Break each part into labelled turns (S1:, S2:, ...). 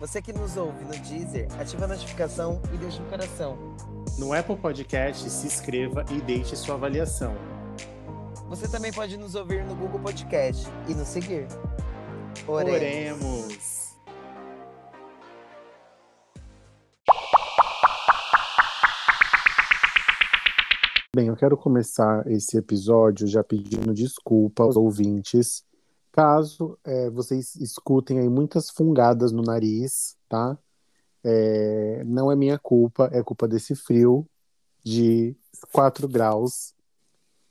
S1: Você que nos ouve no Deezer, ativa a notificação e deixa um coração.
S2: No Apple Podcast, se inscreva e deixe sua avaliação.
S1: Você também pode nos ouvir no Google Podcast e nos seguir.
S2: Oremos! Bem, eu quero começar esse episódio já pedindo desculpa aos ouvintes. Caso é, vocês escutem aí muitas fungadas no nariz, tá? É, não é minha culpa, é culpa desse frio de 4 graus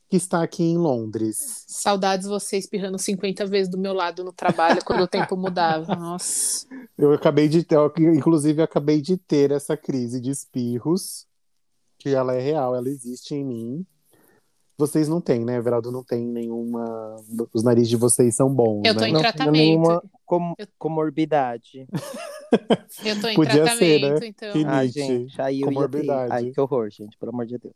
S2: que está aqui em Londres.
S3: Saudades você espirrando 50 vezes do meu lado no trabalho quando o tempo mudava. Nossa.
S2: Eu acabei de ter, eu, inclusive, eu acabei de ter essa crise de espirros, que ela é real, ela existe em mim. Vocês não têm, né? Veraldo não tem nenhuma. Os narizes de vocês são bons.
S3: Eu tô
S2: né?
S3: em
S2: Não,
S3: tratamento.
S1: nenhuma com-
S3: Eu-
S1: comorbidade.
S3: Eu tô em
S2: Podia
S3: tratamento,
S2: ser, né?
S3: então.
S2: Que-
S1: Ai,
S2: Limite.
S1: gente, aí eu ia ter...
S2: Comorbidade.
S1: Ai, que horror, gente, pelo amor de Deus.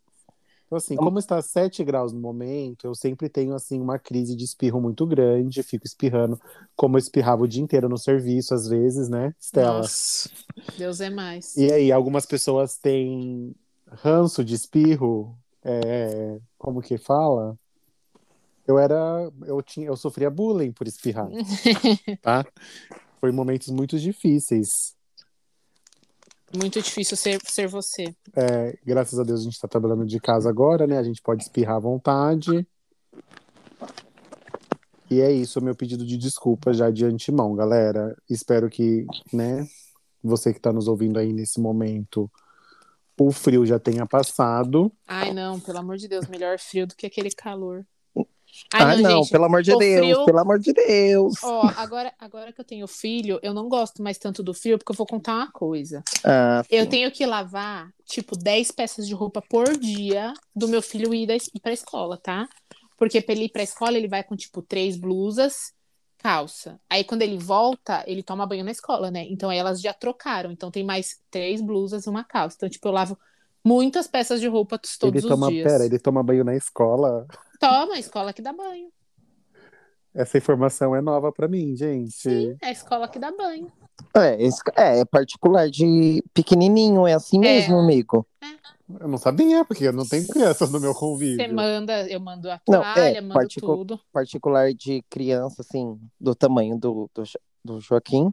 S2: Então, assim, como está 7 graus no momento, eu sempre tenho, assim, uma crise de espirro muito grande, fico espirrando, como eu espirrava o dia inteiro no serviço, às vezes, né, Stella?
S3: Nossa, Deus é mais.
S2: E aí, algumas pessoas têm ranço de espirro, é, como que fala? Eu era, eu tinha, eu sofria bullying por espirrar, tá? Foi momentos muito difíceis.
S3: Muito difícil ser, ser você.
S2: É, graças a Deus a gente está trabalhando de casa agora, né? A gente pode espirrar à vontade. E é isso, é meu pedido de desculpa já de antemão, galera. Espero que, né, você que está nos ouvindo aí nesse momento, o frio já tenha passado.
S3: Ai, não, pelo amor de Deus, melhor frio do que aquele calor.
S1: Ah,
S3: Ai, não, gente.
S1: pelo amor de
S3: o
S1: Deus,
S3: frio-
S1: pelo amor de Deus.
S3: Ó, agora, agora que eu tenho filho, eu não gosto mais tanto do frio, porque eu vou contar uma coisa.
S1: Ah,
S3: Eu tenho que lavar, tipo, 10 peças de roupa por dia do meu filho ir da, es- pra escola, tá? Porque pra ele ir pra escola, ele vai com, tipo, três blusas, calça. Aí quando ele volta, ele toma banho na escola, né? Então aí elas já trocaram. Então tem mais três blusas e uma calça. Então, tipo, eu lavo muitas peças de roupa t- todos
S2: ele
S3: os
S2: toma,
S3: dias.
S2: pera, ele toma banho na escola.
S3: Toma, a escola que dá banho.
S2: Essa informação é nova para mim, gente.
S3: Sim, é a escola que dá banho.
S1: é, esse- é, é particular de pequenininho, é assim mesmo, amigo.
S2: Eu não sabia, porque eu não tenho crianças no meu convívio.
S3: Você manda, eu mando a
S1: Não, é,
S3: toalha, mando
S1: particu-
S3: tudo.
S1: Particular de criança, assim, do tamanho do, do, Jo- do Joaquim.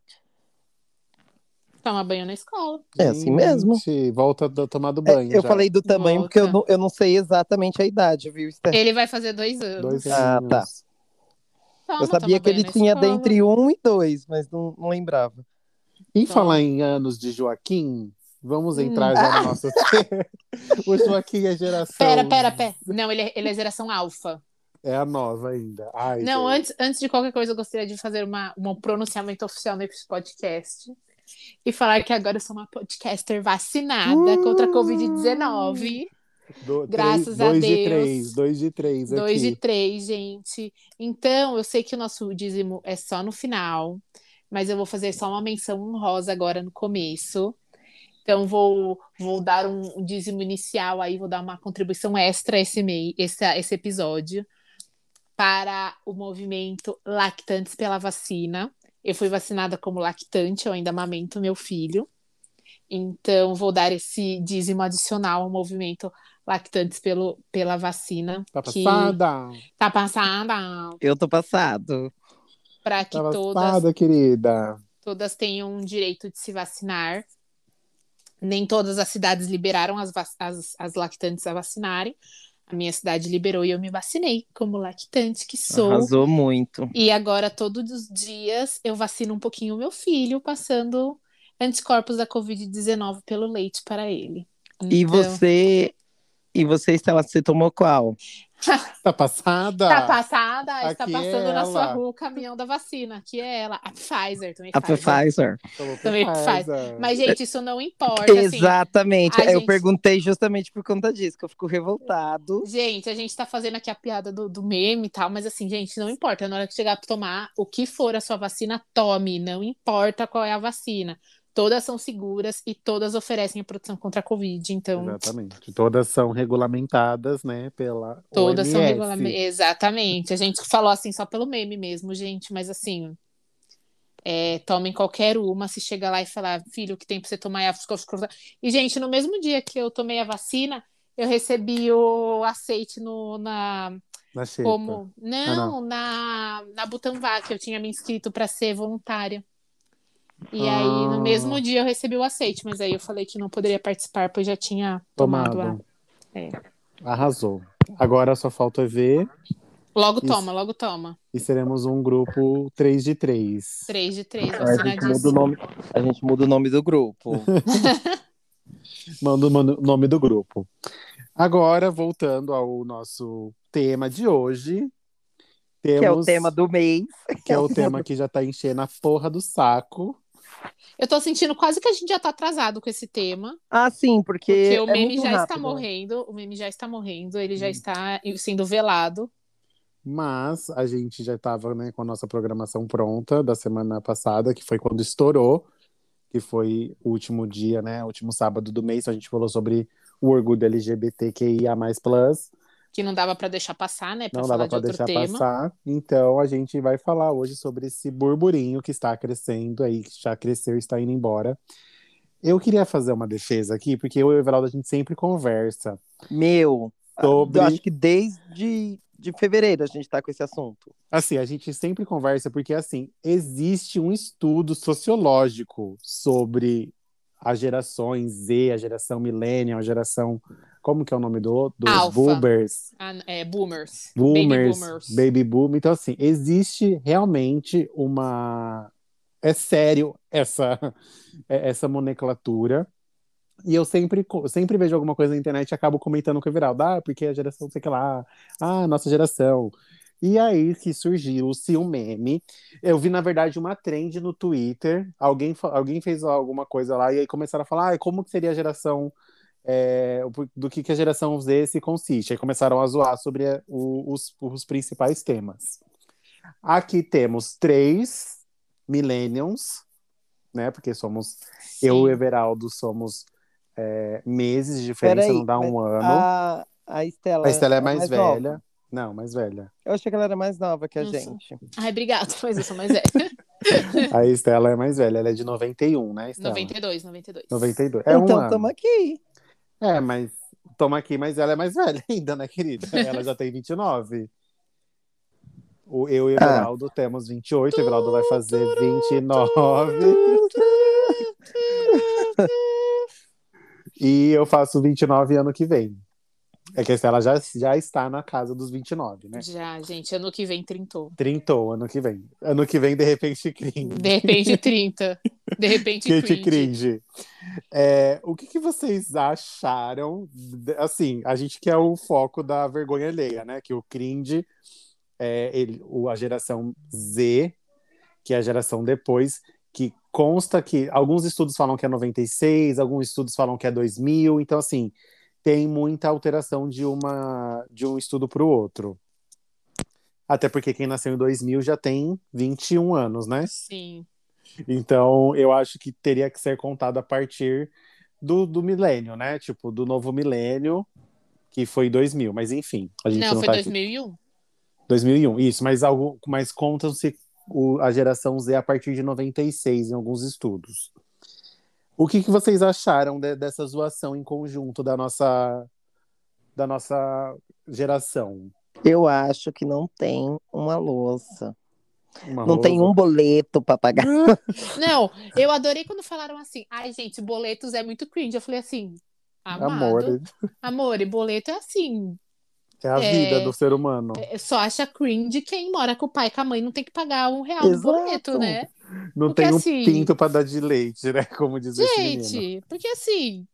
S3: Toma banho na escola.
S1: É assim mesmo.
S2: Gente, Volta do, tomado
S1: É,
S2: banho.
S1: eu
S2: já.
S1: falei do tamanho
S3: Volta.
S1: porque eu não, eu não sei exatamente a idade, viu, Esther?
S3: Ele vai fazer dois anos.
S2: É. Dois
S1: Ah,
S2: aninhos.
S1: tá.
S3: Toma,
S1: eu sabia que
S3: toma banho
S1: ele
S3: na
S1: tinha
S3: escola.
S1: dentre um e dois, mas não, não lembrava.
S2: Em
S3: Tá.
S2: falar em anos de Joaquim, vamos entrar
S3: Hum.
S2: já no nosso. o Joaquim é geração.
S3: Pera, pera, pera. Não, ele é, ele é geração alfa.
S2: É a nova ainda. Ai,
S3: Não,
S1: é.
S2: gente.
S3: antes, antes de qualquer coisa, eu gostaria de fazer uma, um pronunciamento oficial nesse podcast. E falar que agora eu sou uma podcaster vacinada
S2: Uh!
S3: contra a Covid-19.
S1: Hum!
S2: Do-
S3: graças
S2: três,
S3: a
S2: dois de
S3: Deus.
S2: três, dois de três aqui.
S3: Dois de três, gente. Então, eu sei que o nosso dízimo é só no final, mas eu vou fazer só uma menção honrosa agora no começo. Então, vou, vou dar um, um dízimo inicial aí, vou dar uma contribuição extra esse, mei, esse, esse episódio para o movimento Lactantes pela Vacina. Eu fui vacinada como lactante, eu ainda amamento meu filho. Então, vou dar esse dízimo adicional ao movimento Lactantes pelo, pela Vacina.
S2: Tá
S3: que-
S2: passada?
S3: Tá passada
S1: Eu tô passado.
S3: para que
S2: Tá
S3: todas,
S2: passada, querida.
S3: todas tenham o direito de se vacinar. Nem todas as cidades liberaram as, vac- as, as lactantes a vacinarem. A minha cidade liberou e eu me vacinei como lactante que sou.
S1: Arrasou muito.
S3: E agora, todos os dias, eu vacino um pouquinho o meu filho, passando anticorpos da Covid-19 pelo leite para ele.
S1: E
S3: Então-
S1: você. E você, Estela, você tomou qual?
S2: Tá passada?
S3: Tá passada, está
S2: Aqui é
S3: passando na sua
S2: ela.
S3: rua o caminhão da vacina, que é ela, a Pfizer também
S1: A
S3: faz.
S1: Pfizer.
S3: né?
S2: Falou,
S3: Também faz.
S2: Pfizer.
S3: Mas, gente, isso não importa. assim.
S1: Exatamente.
S3: a
S1: eu
S3: gente-
S1: perguntei justamente por conta disso, que eu fico revoltado.
S3: Gente, a gente tá fazendo aqui a piada do, do meme e tal, mas assim, gente, não importa. Na hora que chegar pra tomar o que for a sua vacina, tome. Não importa qual é a vacina. Todas são seguras e todas oferecem a proteção contra a Covid. Então,
S2: Exatamente. Todas são regulamentadas, né, pela
S3: todas são
S2: OMS.
S3: regulamentadas. Exatamente. A gente falou assim só pelo meme mesmo, gente, mas assim. é, tomem qualquer uma, se chegar lá e falar, filho, o que tem pra você tomar é a E, gente, no mesmo dia que eu tomei a vacina, eu recebi o aceite no, na,
S2: Na xepa.
S3: Como?
S2: não.
S3: Não, na, na Butanvac, eu tinha me inscrito para ser voluntária. E
S2: Ah.
S3: aí, no mesmo dia, eu recebi o aceite, mas aí eu falei que não poderia participar, pois já tinha tomado a.
S2: Tomado.
S3: É.
S2: Arrasou. Agora só falta ver
S3: Logo
S2: Isso.
S3: toma, logo toma.
S2: e seremos um grupo 3 de 3.
S3: 3 de 3,
S1: A gente, muda o
S3: vacinadíssimo.
S1: nome, a gente muda o nome do grupo.
S2: Manda o mano- nome do grupo. Agora, voltando ao nosso tema de hoje. Temos,
S1: Que é o tema do mês.
S2: que é o tema que já tá enchendo a porra do saco.
S3: Eu tô sentindo quase que a gente já tá atrasado com esse tema,
S1: Ah, sim, porque.
S3: porque o
S1: é
S3: meme
S1: muito
S3: já está
S1: rápido.
S3: morrendo, o meme já está morrendo, ele
S2: Hum.
S3: já está sendo velado.
S2: Mas a gente já estava né, com a nossa programação pronta da semana passada, que foi quando estourou, que foi o último dia, né? Último sábado do mês, a gente falou sobre o orgulho LGBTQIA.
S3: Que não dava para deixar passar, né? Pra
S2: Não dava
S3: falar de
S2: para deixar
S3: outro tema.
S2: passar. Então a gente vai falar hoje sobre esse burburinho que está crescendo aí, que já cresceu e está indo embora. Eu queria fazer uma defesa aqui, porque eu e o Everaldo a gente sempre conversa
S1: Meu,
S3: Ah,
S2: sobre.
S1: eu acho que desde de fevereiro a gente tá com esse assunto.
S2: Assim, a gente sempre conversa porque, assim, existe um estudo sociológico sobre as gerações Z, a geração millennial, a geração... Como que é o nome do, dos
S3: Alpha.
S2: boomers?
S3: Ah, é, boomers.
S2: Boomers,
S3: Baby boomers.
S2: baby boom. Então, assim, existe realmente uma... É sério essa, é- essa nomenclatura. E eu sempre, co- sempre vejo alguma coisa na internet e acabo comentando com o Everaldo. Ah, porque a geração, não sei o que lá. Ah, nossa geração. E aí que surgiu-se um meme. Eu vi, na verdade, uma trend no Twitter. Alguém, fa- alguém fez alguma coisa lá e aí começaram a falar ah, como que seria a geração... é, do que, que a geração Z se consiste. Aí começaram a zoar sobre a- o- os, os principais temas. Aqui temos três millennials, né? Porque somos eu
S3: Sim.
S2: e Everaldo somos é, meses de diferença,
S1: Peraí,
S2: não dá um
S1: tá
S2: ano.
S1: A, a Estela.
S2: A Estela é mais,
S1: nova.
S2: velha. Não, mais velha.
S1: Eu achei que ela era mais nova que a
S3: Nossa.
S1: gente.
S3: Ai, obrigada, mas eu sou mais velha.
S2: A Estela é mais velha, ela é de 91, né, Estela?
S3: 92, 92.
S2: 92. É um
S1: então
S2: ano.
S1: estamos aqui.
S2: É, mas toma aqui, mas ela é mais velha ainda, né, querida? Ela já tem 29. O, eu e o
S1: Ah.
S2: Everaldo temos 28, o Everaldo vai fazer 29. E eu faço 29 ano que vem. É que a Estela já, já está na casa dos 29, né?
S3: Já, gente, ano que vem 30.
S2: 30 ano que vem. Ano que vem, de repente, cringe.
S3: De repente 30. De repente
S2: Kate
S3: cringe.
S2: Cringe. É, o que, que vocês acharam? de- Assim, a gente quer o foco da vergonha alheia, né? Que o cringe, é, ele, o, a geração Z, que é a geração depois, que consta que alguns estudos falam que é 96, alguns estudos falam que é 2000. Então, assim, tem muita alteração de, uma, de um estudo para o outro. Até porque quem nasceu em 2000 já tem 21 anos, né?
S3: Sim.
S2: Então, eu acho que teria que ser contado a partir do, do milênio, né? Tipo, do novo milênio, que foi 2000, mas enfim, a gente não,
S3: Não, foi
S2: tá
S3: 2001?
S2: aqui. 2001, isso, mas, algo, mas contam-se o- a geração Z a partir de 96 em alguns estudos. O que, que vocês acharam de- dessa zoação em conjunto da nossa, da nossa geração?
S1: Eu acho que não tem uma louça.
S2: Uma
S1: Não tem
S2: lousa?
S1: um boleto pra pagar.
S3: Não, eu adorei quando falaram assim. Ai, gente, boletos é muito cringe. Eu falei assim, amado.
S2: Amor,
S3: Amor, e boleto é assim.
S2: é a
S3: É.
S2: vida do ser humano.
S3: é- Só acha cringe quem mora com o pai e com a mãe não tem que pagar um real do
S1: Exato.
S3: boleto, né?
S2: Não
S3: porque
S2: tem um
S3: assim-
S2: pinto pra dar de leite, né? Como diz esse menino.
S3: Gente, porque assim,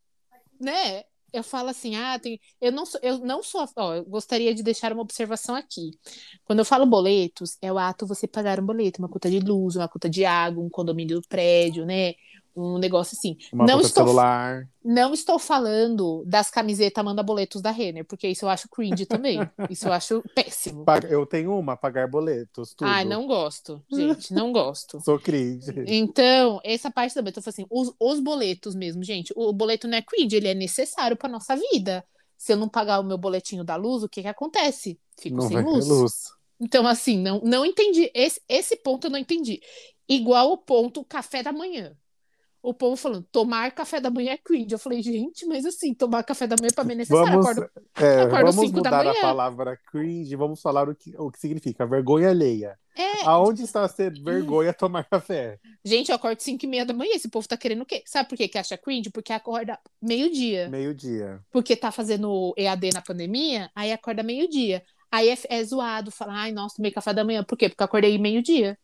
S3: né? eu falo assim, ah, tem... eu não sou, eu não sou, ó, eu gostaria de deixar uma observação aqui. Quando eu falo boletos, é o ato você pagar um boleto, uma conta de luz, uma conta de água, um condomínio do prédio, né? Um negócio assim.
S2: Uma
S3: não
S2: conta
S3: estou,
S2: celular.
S3: não estou falando das camisetas manda boletos da Renner, porque isso eu acho cringe também. Isso eu acho péssimo.
S2: Paga- Eu tenho uma, pagar boletos, tudo.
S3: Ai, não gosto, gente, não gosto.
S2: Sou cringe.
S3: Então, essa parte também, eu tô falando assim, os, os boletos mesmo, gente, o boleto não é quid, ele é necessário pra nossa vida. Se eu não pagar o meu boletinho da luz, o que que acontece? Fico
S2: Não
S3: sem
S2: vai ter
S3: luz.
S2: luz.
S3: Então, assim, não, não entendi, esse, esse ponto eu não entendi. Igual o ponto café da manhã. O povo falando, tomar café da manhã é cringe. Eu falei, gente, mas assim, tomar café da manhã pra mim é necessário.
S2: Vamos,
S3: Acordo-
S2: é,
S3: acordo
S2: vamos
S3: cinco da
S2: mudar a
S3: manhã.
S2: palavra cringe, vamos falar o que, o que significa vergonha alheia.
S3: É,
S2: Aonde está ser vergonha tomar café?
S3: gente, eu acordo 5 e meia da manhã, esse povo tá querendo o quê? Sabe por que que acha cringe? Porque acorda meio-dia.
S2: Meio-dia.
S3: porque tá fazendo EAD na pandemia, aí acorda meio-dia. Aí é, é zoado, fala, ai, nossa, tomei café da manhã. Por quê? Porque eu acordei meio-dia.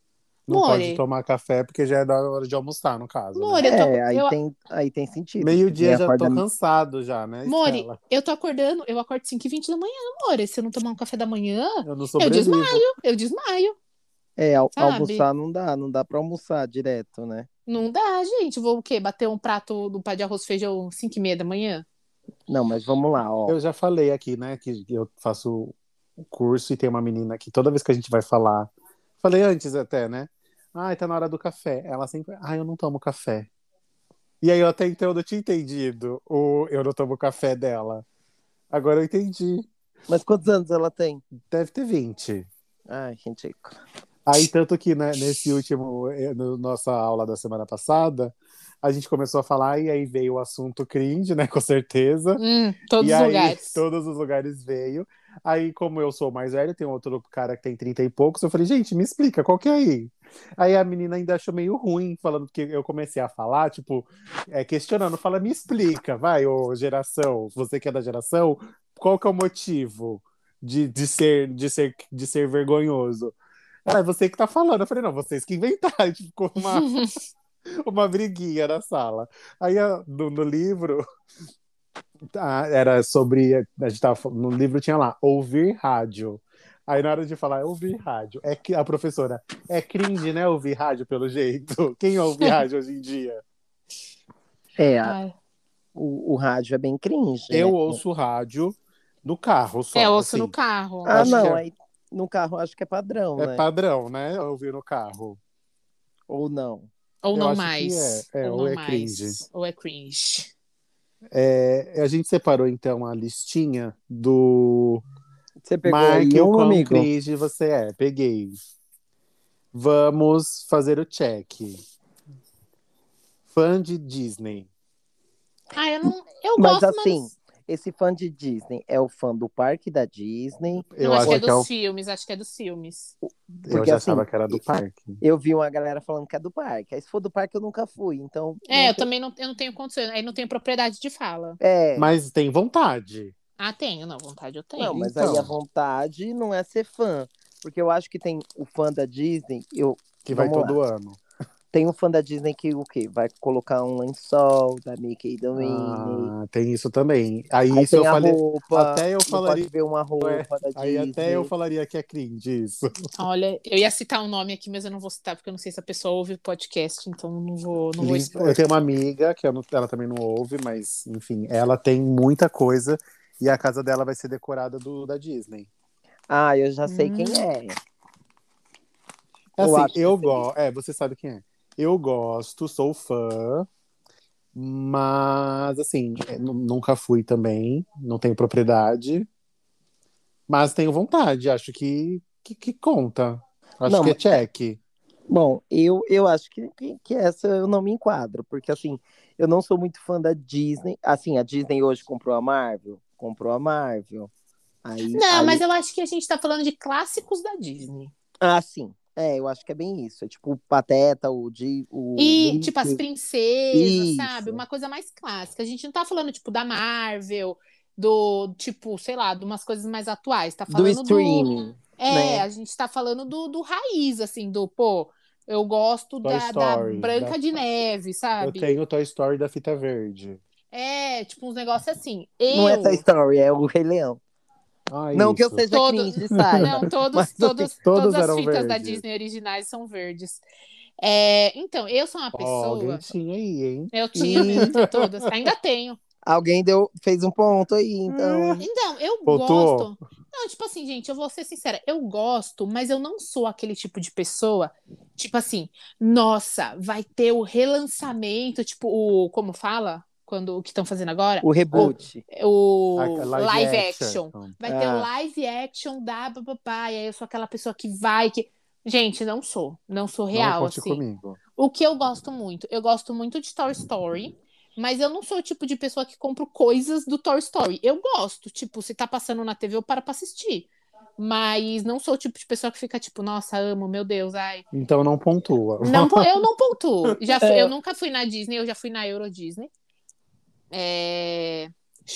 S2: Não
S3: More.
S2: pode tomar café porque já é da hora de almoçar, no caso. né?
S3: Mori, eu tô,
S1: É, aí,
S3: eu,
S1: tem, aí tem sentido.
S2: Meio-dia
S1: Quem
S2: já
S1: acorda-
S2: tô cansado já, né?
S3: More,
S2: Estela?
S3: eu tô acordando, eu acordo 5h20 da manhã, Mori. Se eu não tomar um café da manhã,
S2: Eu não
S3: eu
S2: sobrevivo.
S3: desmaio, eu desmaio.
S1: É, al-
S3: sabe?
S1: almoçar não dá, não dá pra almoçar direto, né?
S3: Não dá, gente. Vou o quê? Bater um prato do pá de arroz e feijão 5 e meia da manhã?
S1: Não, mas vamos lá, ó.
S2: Eu já falei aqui, né, que eu faço o curso e tem uma menina que toda vez que a gente vai falar, falei antes até, né? Ai, tá na hora do café. Ela sempre, ai, eu não tomo café. E aí eu até então não tinha entendido o eu não tomo café dela. Agora eu entendi.
S1: Mas quantos anos ela tem?
S2: Deve ter 20.
S1: Ai, é ridículo.
S2: Aí, tanto que né, nesse último, eh, no- nossa aula da semana passada, a gente começou a falar e aí veio o assunto cringe, né, com certeza.
S3: Hum, todos
S2: e
S3: os
S2: aí,
S3: lugares.
S2: Todos os lugares veio. Aí, como eu sou mais velho, tem outro cara que tem 30 e poucos. Eu falei, gente, me explica, qual que é aí? Aí a menina ainda achou meio ruim, falando que eu comecei a falar, tipo, é, questionando. Fala, me explica, vai, ô geração, você que é da geração, qual que é o motivo de, de, ser, de, ser, de ser vergonhoso? Ah, é você que tá falando. Eu falei, não, vocês que inventaram. Tipo, ficou uma, uma briguinha na sala. Aí a- no, no livro tá, era sobre. A gente tava, fal- no livro tinha lá, ouvir rádio. Aí na hora de falar, ouvir rádio. É que a professora é cringe, né? Ouvir rádio, pelo jeito. Quem ouve rádio hoje em dia?
S1: É, a-
S3: Ai.
S1: o, o rádio é bem cringe.
S2: Eu
S1: né?
S2: ouço rádio no carro, só.
S3: É osso
S2: assim.
S3: no carro.
S1: Ah,
S2: acho que
S1: não,
S2: é-
S1: aí no carro acho que é padrão,
S2: É
S1: né?
S2: padrão, né? Ouvir no carro.
S1: Ou não.
S3: Ou
S2: eu
S3: não
S2: acho que
S3: mais.
S2: é. É,
S3: ou
S2: ou
S3: não
S2: é
S3: mais.
S2: cringe.
S3: Ou é cringe.
S2: É, a gente separou, então, a listinha do
S1: Você pegou
S2: Marque
S1: aí
S2: o
S1: um,
S2: quão
S1: amigo?
S2: cringe você é. Peguei. Vamos fazer o check. Fã de Disney.
S3: Ah, eu não. Eu
S1: Mas
S3: gosto,
S1: assim,
S3: mas.
S1: Esse fã de Disney é o fã do parque da Disney.
S2: Eu
S3: não,
S2: acho que,
S3: é
S2: é
S3: dos
S2: o...
S3: filmes, acho que é dos filmes.
S2: Eu
S1: porque,
S2: já
S1: assim,
S2: achava que era do parque.
S1: Eu vi uma galera falando que é do parque. Aí se for do parque, eu nunca fui, então.
S3: É,
S1: não
S3: eu também não, eu não tenho condições, aí não tenho propriedade de fala.
S1: É,
S2: Mas tem vontade.
S3: Ah, tenho, não, vontade eu tenho.
S1: não, mas é
S2: então.
S1: aí a vontade não é ser fã. Porque eu acho que tem o fã da Disney, eu
S2: Que vai
S1: Vamos lá.
S2: todo ano.
S1: tenho um fã da Disney que o quê? Vai colocar um lençol da Mickey e do Minnie.
S2: Ah, tem isso também. Aí,
S1: aí
S2: isso
S1: tem
S2: eu
S1: a
S2: falei.
S1: roupa.
S2: Até eu
S1: não
S2: falaria.
S1: pode ver uma roupa
S2: Ué,
S1: da Disney.
S2: Aí até eu falaria que é cringe isso.
S3: Olha, eu ia citar um nome aqui, mas eu não vou citar, porque eu não sei se a pessoa ouve o podcast, então não vou, não vou expor.
S2: Eu tenho uma amiga que eu não- ela também não ouve, mas enfim, ela tem muita coisa e a casa dela vai ser decorada do, da Disney.
S1: Ah, eu já sei
S3: Hum.
S1: quem é. Eu acho
S2: Assim,
S1: que
S2: eu,
S1: seria.
S2: gosto. É, você sabe quem é. Eu gosto, sou fã, mas assim, é, nu- nunca fui também, não tenho propriedade, mas tenho vontade, acho que, que, que conta. Acho
S1: Não,
S2: que é check.
S1: Bom, eu, eu acho que, que, que essa eu não me enquadro, porque assim, eu não sou muito fã da Disney. Assim, a Disney hoje comprou a Marvel, comprou a Marvel. Aí,
S3: Não,
S1: aí-
S3: mas eu acho que a gente tá falando de clássicos da Disney.
S1: Ah, sim. É, eu acho que é bem isso. É tipo o Pateta, o Di, o
S3: E,
S1: Mickey.
S3: tipo, as princesas,
S1: Isso.
S3: sabe? Uma coisa mais clássica. A gente não tá falando, tipo, da Marvel, do, tipo, sei lá, de umas coisas mais atuais. Tá
S1: do
S3: falando do,
S1: streaming.
S3: É,
S1: né?
S3: a gente tá falando do, do raiz, assim, do, pô, eu gosto
S2: Toy
S3: da, da
S2: Story,
S3: Branca
S2: da-
S3: de Neve,
S2: Eu
S3: sabe?
S2: tenho Toy Story da fita verde.
S3: É, tipo, uns negócios assim. Eu,
S1: Não é essa Story, é o Rei Leão.
S2: Ah,
S1: não que eu
S2: isso.
S1: seja
S3: Todo-
S1: cringe, sabe?
S3: Não, todos,
S1: né? Mas não
S3: todos,
S2: tem- todos
S3: todas as
S2: eram
S3: fitas da
S2: verdes.
S3: Disney originais são verdes. É, então, eu sou uma
S2: Ó, alguém
S3: pessoa.
S2: tinha aí, hein?
S3: Eu tinha
S1: Ih.
S3: visto todas, ainda tenho.
S1: Alguém deu, fez um ponto aí, então.
S3: Então, eu
S2: Voltou?
S3: gosto. Não, tipo assim, gente, eu vou ser sincera, eu gosto, mas eu não sou aquele tipo de pessoa, tipo assim, nossa, vai ter o relançamento, tipo, o, como fala? Quando o que estão fazendo agora?
S1: O reboot.
S3: O
S2: A-
S3: live,
S2: a
S3: action. Vai ter
S1: Ah.
S3: o live action da papapá. E aí eu sou aquela pessoa que vai, que. Gente, não sou. Não sou real,
S2: não conte
S3: assim.
S2: comigo.
S3: O que eu gosto muito? Eu gosto muito de Toy Story. Mas eu não sou o tipo de pessoa que compro coisas do Toy Story. Eu gosto, tipo, se tá passando na TV, eu paro pra assistir. Mas não sou o tipo de pessoa que fica tipo, nossa, amo, meu Deus, ai.
S2: Então não pontua.
S3: Não, pon- eu não pontuo. Já fui-
S1: É.
S3: Eu nunca fui na Disney, eu já fui na Euro Disney. É...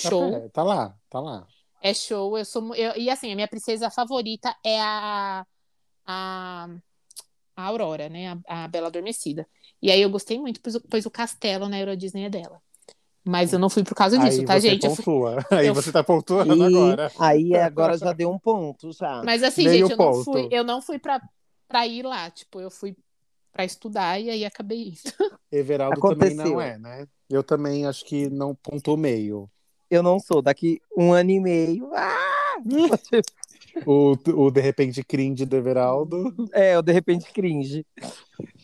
S2: Tá
S3: Show.
S2: perto, Tá lá, tá lá.
S3: É show, eu sou. mu- eu- e assim, a minha princesa favorita é a. A, a Aurora, né? A, a Bela Adormecida. E aí eu gostei muito, pois, o- pois o castelo na Euro Disney é dela. Mas eu não fui por causa disso,
S2: aí
S3: tá,
S2: você
S3: gente? Eu fui-
S2: pontua. Aí
S3: eu-
S2: você tá pontuando agora.
S1: E aí agora já deu um ponto já.
S3: Mas assim,
S2: Meio
S3: gente, eu não
S2: ponto.
S3: fui, eu não fui pra, pra ir lá. Tipo, eu fui pra estudar e aí acabei indo.
S2: Everaldo também
S1: Aconteceu.
S2: não é, né? Eu também acho que não pontou meio.
S1: Eu não sou, daqui um ano e meio. Ah!
S2: O, o de repente cringe do Everaldo.
S1: É, eu de repente cringe.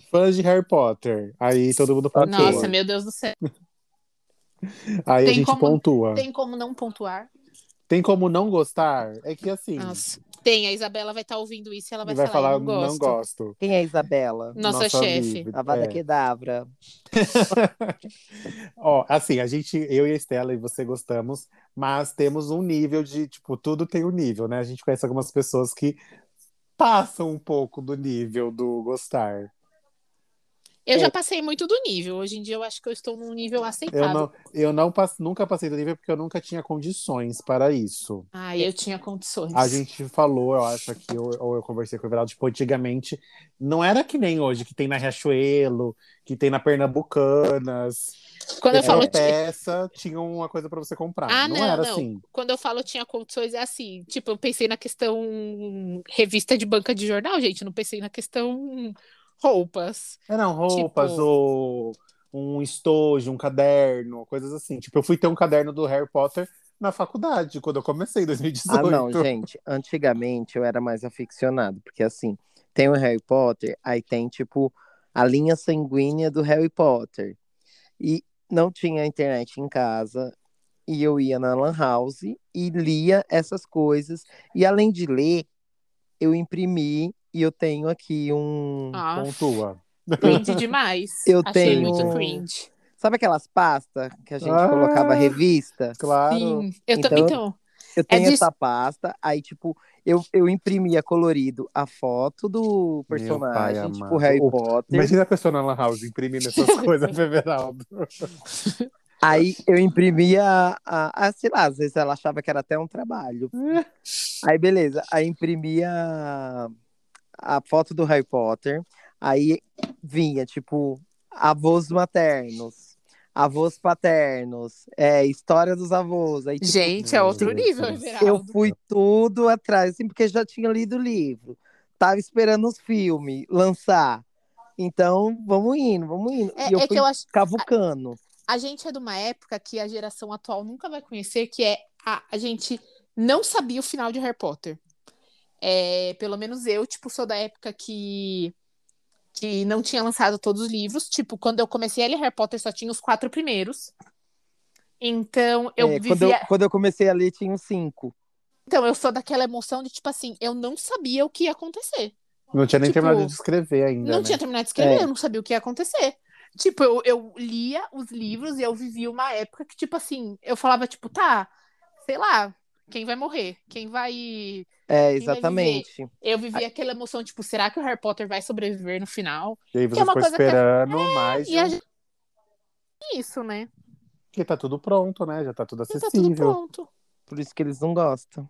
S2: Fãs de Harry Potter. Aí todo mundo pontua.
S3: Nossa, meu Deus do céu.
S2: Aí a
S3: tem
S2: gente
S3: como-
S2: pontua. Tem...
S3: Tem como não pontuar?
S2: como não gostar? É que assim,
S3: Nossa. Tem, a Isabela vai estar ouvindo isso e ela
S2: ele
S3: vai,
S2: vai
S3: falar,
S2: falar
S3: eu não gosto.
S2: não gosto.
S1: Quem é a Isabela?
S3: Nossa, chefe.
S2: livre.
S1: A Vada
S2: É.
S1: Kedavra.
S2: Ó, assim, a gente, eu e a Estela e você gostamos, mas temos um nível de, tipo, tudo tem um nível, né? A gente conhece algumas pessoas que passam um pouco do nível do gostar.
S3: Eu
S2: É.
S3: já passei muito do nível. Hoje em dia eu acho que eu estou num nível
S2: Eu
S3: aceitável.
S2: não, eu não pass- nunca passei do nível porque eu nunca tinha condições para isso.
S3: Ah, eu tinha condições.
S2: A gente falou, eu acho aqui, ou, ou eu conversei com o Everaldo, tipo, antigamente não era que nem hoje, que tem na Riachuelo, que tem na Pernambucanas.
S1: é.
S3: Quando eu
S2: Era
S3: falo, ti-
S2: peça, tinha uma coisa pra você comprar.
S3: Ah,
S2: não,
S3: não,
S2: era
S3: não.
S2: assim.
S3: quando eu falo tinha condições é assim, tipo, eu pensei na questão revista de banca de jornal, gente, não pensei na questão roupas.
S2: Eram roupas
S3: Tipo-
S2: ou um estojo, um caderno, coisas assim. Tipo, eu fui ter um caderno do Harry Potter na faculdade, quando eu comecei em 2018.
S1: Ah, não, gente. Antigamente eu era mais aficionado, porque assim, tem o Harry Potter, aí tem, tipo, a linha sanguínea do Harry Potter. E não tinha internet em casa, e eu ia na Lan House e lia essas coisas. E além de ler, eu imprimi e eu tenho aqui um.
S3: Ah,
S2: Pontua.
S3: cringe demais.
S1: Eu
S3: Achei
S1: tenho-
S3: muito cringe.
S1: Sabe aquelas pastas que a gente
S2: Ah!
S1: colocava revista?
S2: Claro.
S3: Sim, eu
S1: Então-
S3: também. Então,
S1: Eu tenho
S3: de-
S1: essa pasta, aí, tipo, eu, eu imprimia colorido a foto do personagem,
S2: pai
S1: tipo,
S2: amado.
S1: Harry
S2: O-
S1: Potter.
S2: Imagina a pessoa na Lan House imprimindo essas coisas, Everaldo.
S1: Aí eu imprimia, a, a- a- sei lá, às vezes ela achava que era até um trabalho. Aí, beleza, aí imprimia a, a foto do Harry Potter, aí vinha, tipo, avós maternos. Avós paternos, é, história dos avós. Aí, tipo,
S3: gente, é outro
S2: Meu
S3: nível,
S2: Deus.
S1: Eu
S3: Everaldo.
S1: fui tudo atrás, assim, porque já tinha lido o livro. Tava esperando os filmes lançar. Então, vamos indo, vamos indo.
S3: É,
S1: e eu
S3: é
S1: fui
S3: que eu acho.
S1: cavucando.
S3: A gente é de uma época que a geração atual nunca vai conhecer, que é a, a gente não sabia o final de Harry Potter. É, pelo menos eu, tipo, sou da época que, que não tinha lançado todos os livros. Tipo, quando eu comecei a ler Harry Potter, só tinha os quatro primeiros. Então, eu
S1: É, quando,
S3: vivia...
S1: eu, quando eu comecei a ler, tinha uns cinco.
S3: Então, eu sou daquela emoção de, tipo assim, eu não sabia o que ia acontecer.
S2: Não tinha nem
S3: Tipo,
S2: terminado de escrever ainda.
S3: Não
S2: né?
S3: tinha terminado de escrever,
S1: É.
S3: eu não sabia o que ia acontecer. Tipo, eu, eu lia os livros e eu vivia uma época que, tipo assim, eu falava, tipo, tá, sei lá, quem vai morrer? Quem vai.
S1: É,
S3: Quem vai
S1: exatamente.
S3: Eu vivia aquela emoção, tipo, será que o Harry Potter vai sobreviver no final?
S2: E aí
S3: Que
S2: você
S3: é uma
S2: ficou
S3: coisa que é-
S2: esperando mais,
S3: E a gente. Isso, né?
S2: porque tá tudo pronto, né? Já tá tudo
S3: E tá tudo
S2: acessível.
S3: pronto.
S1: Por isso que eles não gostam.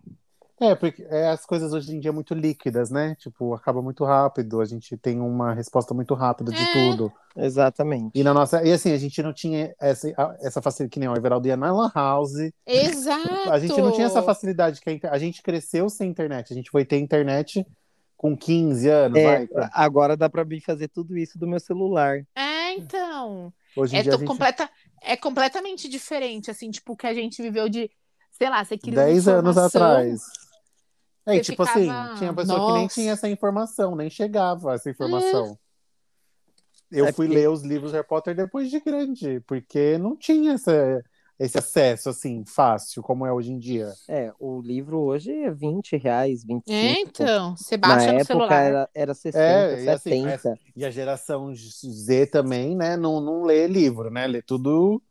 S2: É, porque é, as coisas hoje em dia muito líquidas, né? Tipo, acaba muito rápido, a gente tem uma resposta muito rápida de
S3: É.
S2: tudo.
S1: Exatamente.
S2: E na nossa. E assim, a gente não tinha essa, a- essa facilidade, que nem o Everaldo ia na Lan House.
S3: Exato.
S2: A gente não tinha essa facilidade que a, inter- a gente cresceu sem internet. A gente foi ter internet com 15 anos,
S1: É,
S2: vai. pra-
S1: agora dá pra mim fazer tudo isso do meu celular.
S3: É, então.
S2: Hoje em
S3: É,
S2: dia a
S3: to-
S2: gente
S3: completa, é completamente diferente, assim, tipo, o que a gente viveu de, sei lá, você queria
S2: 10 anos atrás. É,
S3: você
S2: e tipo
S3: ficava, É.
S2: assim, tinha pessoa que nem
S3: "Nossa".
S2: tinha essa informação, nem chegava essa informação. Eu
S1: É
S2: fui
S1: porque-
S2: ler os livros Harry Potter depois de grande, porque não tinha essa- esse acesso assim fácil como é hoje em dia.
S1: É, o livro hoje é 20 reais, 25.
S3: É,
S2: Tipo,
S3: então, você
S1: Na
S3: baixa no
S1: época
S3: celular. né?
S1: Era, era 60,
S2: É, e assim,
S1: 70.
S2: E a geração Z também, né, não, não lê livro, né? Lê tudo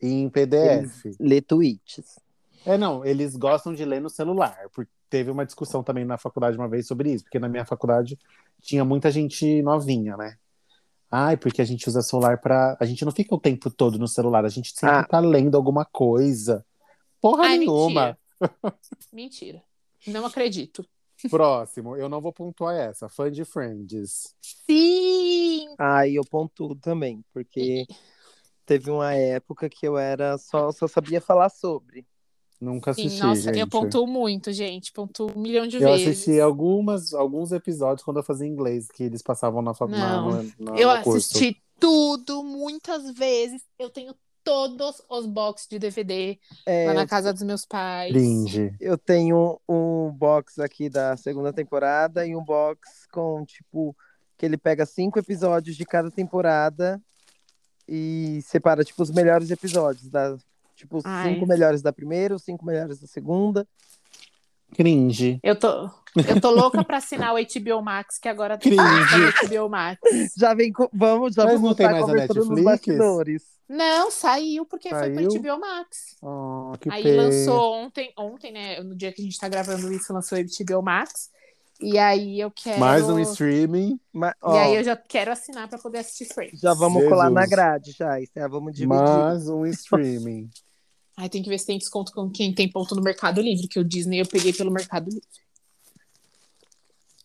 S2: em PDF.
S1: Lê tweets.
S2: É, não, eles gostam de ler no celular. Porque teve uma discussão também na faculdade uma vez sobre isso, porque na minha faculdade tinha muita gente novinha, né? Ai, porque a gente usa celular pra. A gente não fica o tempo todo no celular, a gente sempre
S1: Ah.
S2: tá lendo alguma coisa. Porra
S3: Ai,
S2: nenhuma.
S3: Mentira. Não acredito.
S2: Próximo, eu não vou pontuar essa. Fã de Friends.
S3: Sim!
S1: Aí eu pontuo também, porque teve uma época que eu era só, só sabia falar sobre.
S2: Nunca
S3: Sim,
S2: assisti.
S3: nossa, eu
S2: gente.
S3: pontuo muito, gente. Pontuo um milhão de
S2: Eu
S3: vezes.
S2: assisti algumas, alguns episódios quando eu fazia inglês, que eles passavam na
S3: Não,
S2: faculdade.
S3: Eu
S2: no curso.
S3: assisti tudo, muitas vezes. Eu tenho todos os boxes de DVD
S1: É,
S3: lá na casa dos meus pais.
S2: Cringe.
S1: eu tenho um box aqui da segunda temporada e um box com, tipo, que ele pega cinco episódios de cada temporada e separa, tipo, os melhores episódios. Da, tipo, os
S3: Ai.
S1: cinco melhores da primeira, os cinco melhores da segunda.
S2: Cringe.
S3: Eu tô, eu tô louca pra assinar o HBO Max, que agora tem
S2: Cringe.
S3: HBO Max.
S1: Já vem, co- vamos, já
S2: Mas não
S1: vamos
S2: tem
S1: estar
S2: mais na
S1: conversando
S2: Netflix?
S1: nos bastidores.
S3: Não, saiu porque foi
S2: Saiu?
S3: pro HBO Max.
S2: Oh, que
S3: aí
S2: pena.
S3: lançou ontem, ontem, né? No dia que a gente tá gravando isso, lançou o HBO Max. E aí eu quero.
S2: Mais um
S3: E
S2: streaming,
S1: Mas, ó,
S3: aí eu já quero assinar pra poder assistir Friends.
S1: Já vamos
S2: Jesus.
S1: colar na grade, já. isso, né? Vamos dividir.
S2: mais um streaming.
S3: Aí tem que ver se tem desconto com quem tem ponto no Mercado Livre, que o Disney eu peguei pelo Mercado Livre.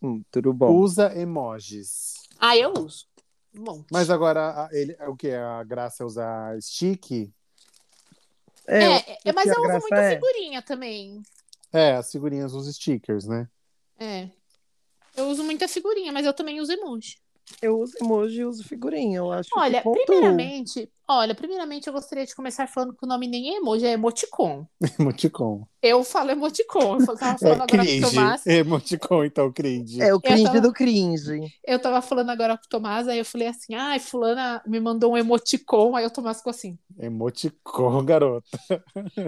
S1: Hum, tudo bom.
S2: Usa emojis.
S3: Ah, eu uso. Um monte.
S2: Mas agora, a- ele, o que? A graça é usar stick?
S3: É,
S1: eu-
S3: é, mas
S1: que a
S3: eu uso
S1: graça
S3: muita
S1: é-
S3: figurinha também.
S2: É, as figurinhas, os stickers, né?
S3: É. Eu uso muita figurinha, mas eu também uso emoji.
S1: eu uso emoji e uso figurinha. Eu acho
S3: Olha,
S1: Tipo, que ponto.
S3: primeiramente, olha, primeiramente eu gostaria de começar falando que o nome nem é emoji, é emoticon.
S2: Emoticon.
S3: Eu falo emoticon, eu tava falando
S2: É,
S3: agora com o
S2: cringe.
S3: Tomás.
S2: Emoticon, então, cringe.
S1: É o cringe
S3: tava-
S1: do cringe.
S3: Eu tava falando agora com o Tomás, aí eu falei assim, ai, fulana me mandou um emoticon, aí o Tomás ficou assim,
S2: Emoticon, garoto.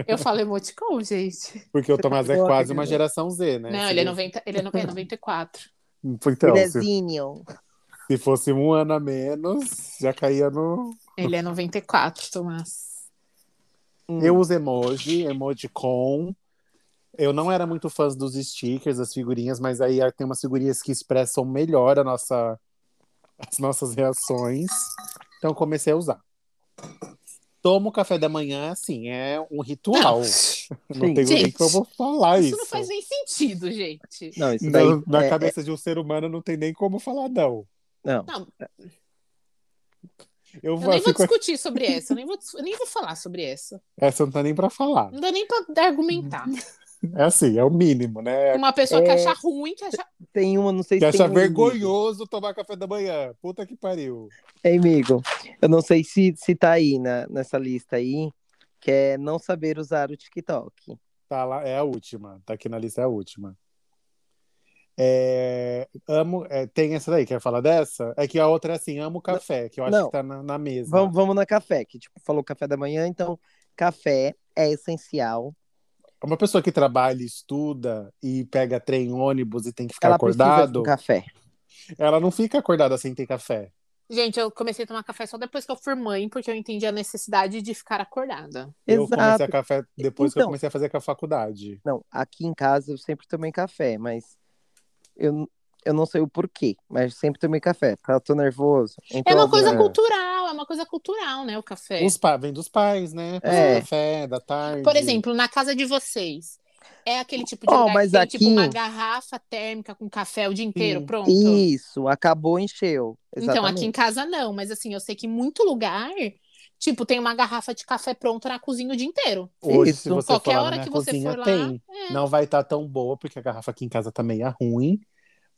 S3: eu falo emoticon, gente.
S2: Porque o
S1: Você tá
S2: Tomás é
S1: louca,
S2: quase uma
S1: garoto.
S2: geração Z, né?
S3: Não,
S2: Se
S3: ele é, 90, ele é no- é 94.
S2: Então,
S1: é
S2: se,
S1: Filezinho.
S2: se fosse um ano a menos, já caía no.
S3: Ele é 94, Tomás.
S1: Hum.
S2: Eu uso emoji, emoticon. Eu não era muito fã dos stickers, das figurinhas, mas aí tem umas figurinhas que expressam melhor a nossa, as nossas reações. Então eu comecei a usar. Tomo café da manhã, assim, é um ritual. Não,
S1: Sim.
S2: tem
S3: Ah, Gente,
S2: nem que eu vou falar
S3: Isso
S2: isso.
S3: não faz nem sentido, gente.
S1: Não, isso daí.
S2: Na- na
S1: é-
S2: cabeça de um ser humano não tem nem como falar, não.
S1: é- não.
S2: Eu,
S3: Eu nem vou
S2: fico...
S3: discutir sobre essa, eu nem vou, dis- eu nem vou falar sobre essa.
S2: Essa não tá nem pra falar.
S3: Não dá nem pra argumentar.
S2: É assim, é o mínimo, né?
S3: Uma pessoa que
S1: É.
S3: acha ruim, que acha.
S1: Tem uma, não sei
S2: Que
S1: se.
S2: acha
S1: tem um-
S2: vergonhoso tomar café da manhã. Puta que pariu.
S1: Ei, É, amigo. Eu não sei se, se tá aí na, nessa lista aí, que é não saber usar o TikTok.
S2: Tá lá, é a última. Tá aqui na lista, é a última. É, amo, é, tem essa daí, quer falar dessa? É que a outra é assim, amo café, que eu acho
S1: não.
S2: que tá na, na mesa.
S1: Vamos, vamos na café, que tipo, falou café da manhã, então café é essencial.
S2: É Uma pessoa que trabalha, estuda e pega trem, ônibus e tem que ficar
S1: Ela precisa de
S2: acordado,
S1: um café.
S2: ela não fica acordada sem ter café.
S3: Gente, eu comecei a tomar café só depois que eu fui mãe, porque eu entendi a necessidade de ficar acordada.
S2: Eu comecei
S1: Exato.
S2: a café depois que eu
S1: Então.
S2: comecei a fazer com a faculdade.
S1: Não, aqui em casa eu sempre tomei café, mas eu, eu não sei o porquê, mas sempre tomei café. Tá, tô nervoso.
S3: É
S1: então
S3: uma coisa
S2: é.
S3: cultural, é uma coisa cultural, né, o café.
S2: Os pa... Vem dos pais, né? Fazer
S1: É.
S2: café da tarde.
S3: Por exemplo, na casa de vocês, É aquele tipo de
S1: Ó,
S3: lugar
S1: Oh, mas
S3: que tem,
S1: aqui-
S3: tipo, uma garrafa térmica com café o dia inteiro,
S2: Sim.
S3: pronto.
S1: Isso, acabou, encheu.
S3: Então, aqui em
S1: Exatamente.
S3: casa não, mas assim, eu sei que muito lugar, tipo, tem uma garrafa de café pronta na cozinha o dia inteiro.
S2: Hoje,
S1: Isso.
S2: se você
S3: Qualquer
S2: for lá
S3: hora
S2: na
S3: que
S2: minha
S3: você
S2: cozinha,
S3: for lá, é.
S2: tem. Não vai estar tão boa, porque a garrafa aqui em casa tá meia ruim.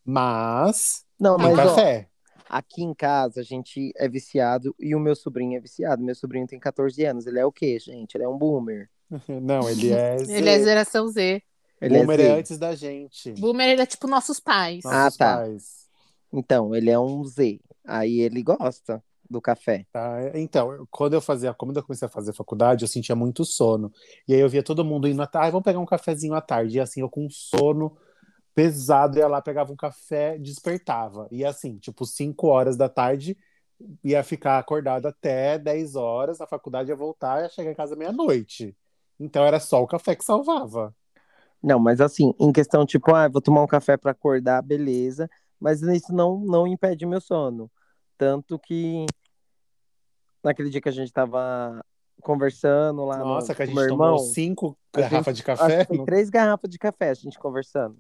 S2: Mas
S1: Não,
S3: Tá
S2: tem
S1: mas ó,
S2: café.
S1: aqui em casa a gente é viciado e o meu sobrinho é viciado. Meu sobrinho tem 14 anos. Ele é o quê, gente? Ele é um boomer.
S2: Não, ele é.
S3: Ele é geração Z.
S1: Ele
S2: Boomer
S1: é
S2: é
S1: Z.
S2: antes da gente.
S3: Boomer, ele é tipo nossos pais.
S1: Ah,
S2: Nossos
S1: tá.
S2: pais,
S1: Então, ele é um Z. Aí ele gosta do café.
S2: tá? Então, eu- quando eu fazia, quando eu comecei a fazer faculdade, eu sentia muito sono. E aí eu via todo mundo indo à tarde, "Ah, vamos pegar um cafezinho à tarde. E assim, eu com sono pesado, ia lá, pegava um café, despertava. E assim, tipo, 5 horas da tarde, ia ficar acordado até 10 horas, a faculdade ia voltar, ia chegar em casa meia-noite. Então era só o café que salvava.
S1: Não, mas assim, em questão tipo, ah, vou tomar um café pra acordar, beleza. Mas isso não, não impede meu sono. Tanto que naquele dia que a gente tava conversando lá no-
S2: Nossa, que a
S1: com
S2: gente
S1: meu
S2: tomou
S1: irmão,
S2: cinco
S1: a gente-
S2: garrafas de
S1: acho
S2: café,
S1: que foi
S2: não-
S1: três garrafas de café a gente conversando.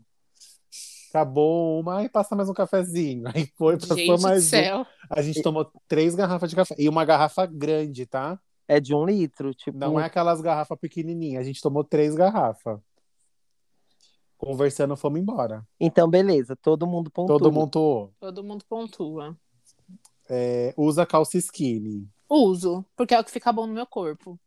S2: acabou uma, aí passa mais um cafezinho. Aí foi, passou
S3: Gente do
S2: mais um.
S3: céu.
S2: A gente tomou três garrafas de café. E uma garrafa grande, tá?
S1: É de um litro, tipo.
S2: Não é aquelas garrafas pequenininhas. A gente tomou três garrafas. Conversando, fomos embora.
S1: Então, beleza, todo mundo pontua.
S2: Todo mundo
S3: Todo mundo pontua.
S2: é, usa calça skinny.
S3: Uso, porque é o que fica bom no meu corpo.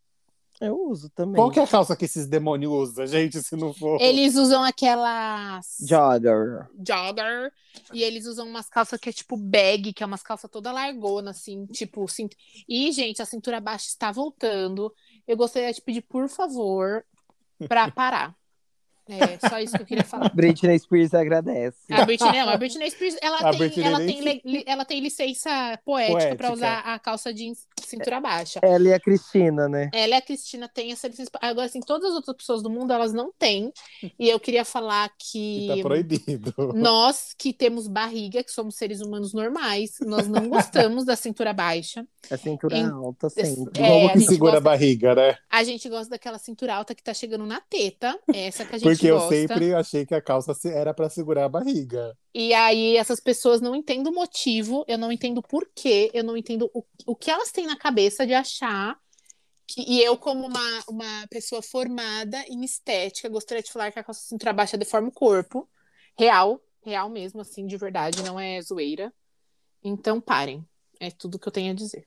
S1: Eu uso também.
S2: Qual que é a calça que esses demônios usam, gente, se não for?
S3: Eles usam aquelas
S1: Jogger.
S3: jogger e eles usam umas calças que é tipo bag, que é umas calças toda largona, assim, tipo. Cint... E, gente, a cintura baixa está voltando. Eu gostaria de pedir, por favor, pra parar. É só isso que eu queria falar.
S1: Britney Spears agradece.
S3: A Britney, não, a Britney Spears, ela,
S2: A
S3: tem,
S2: Britney
S3: ela,
S2: nem
S3: tem, le- li- ela tem licença poética, pra
S2: Poética.
S3: usar a calça jeans cintura baixa.
S1: Ela e a Cristina, né?
S3: Ela e a Cristina têm essa licença. Agora, assim, todas as outras pessoas do mundo, elas não têm. E eu queria falar
S2: Que
S3: que
S2: Hum. tá proibido.
S3: nós que temos barriga, que somos seres humanos normais, nós não gostamos da cintura baixa.
S1: A cintura
S3: Em-
S1: Assim, alta sempre.
S3: É,
S2: Como
S3: a
S2: que
S3: gente
S2: segura
S3: gosta-
S2: a barriga, né?
S3: A gente gosta daquela cintura alta que tá chegando na teta. é Essa que a gente
S2: Porque eu
S3: gosta.
S2: sempre achei que a calça se- era pra segurar a barriga.
S3: E aí essas pessoas não entendem o motivo, eu não entendo o porquê, eu não entendo o, o que elas têm na cabeça de achar. Que, e eu, como uma, uma pessoa formada em estética, gostaria de falar que a calça cintura baixa deforma o corpo. Real, real mesmo, assim, de verdade, não é zoeira. Então parem. É tudo que eu tenho a dizer.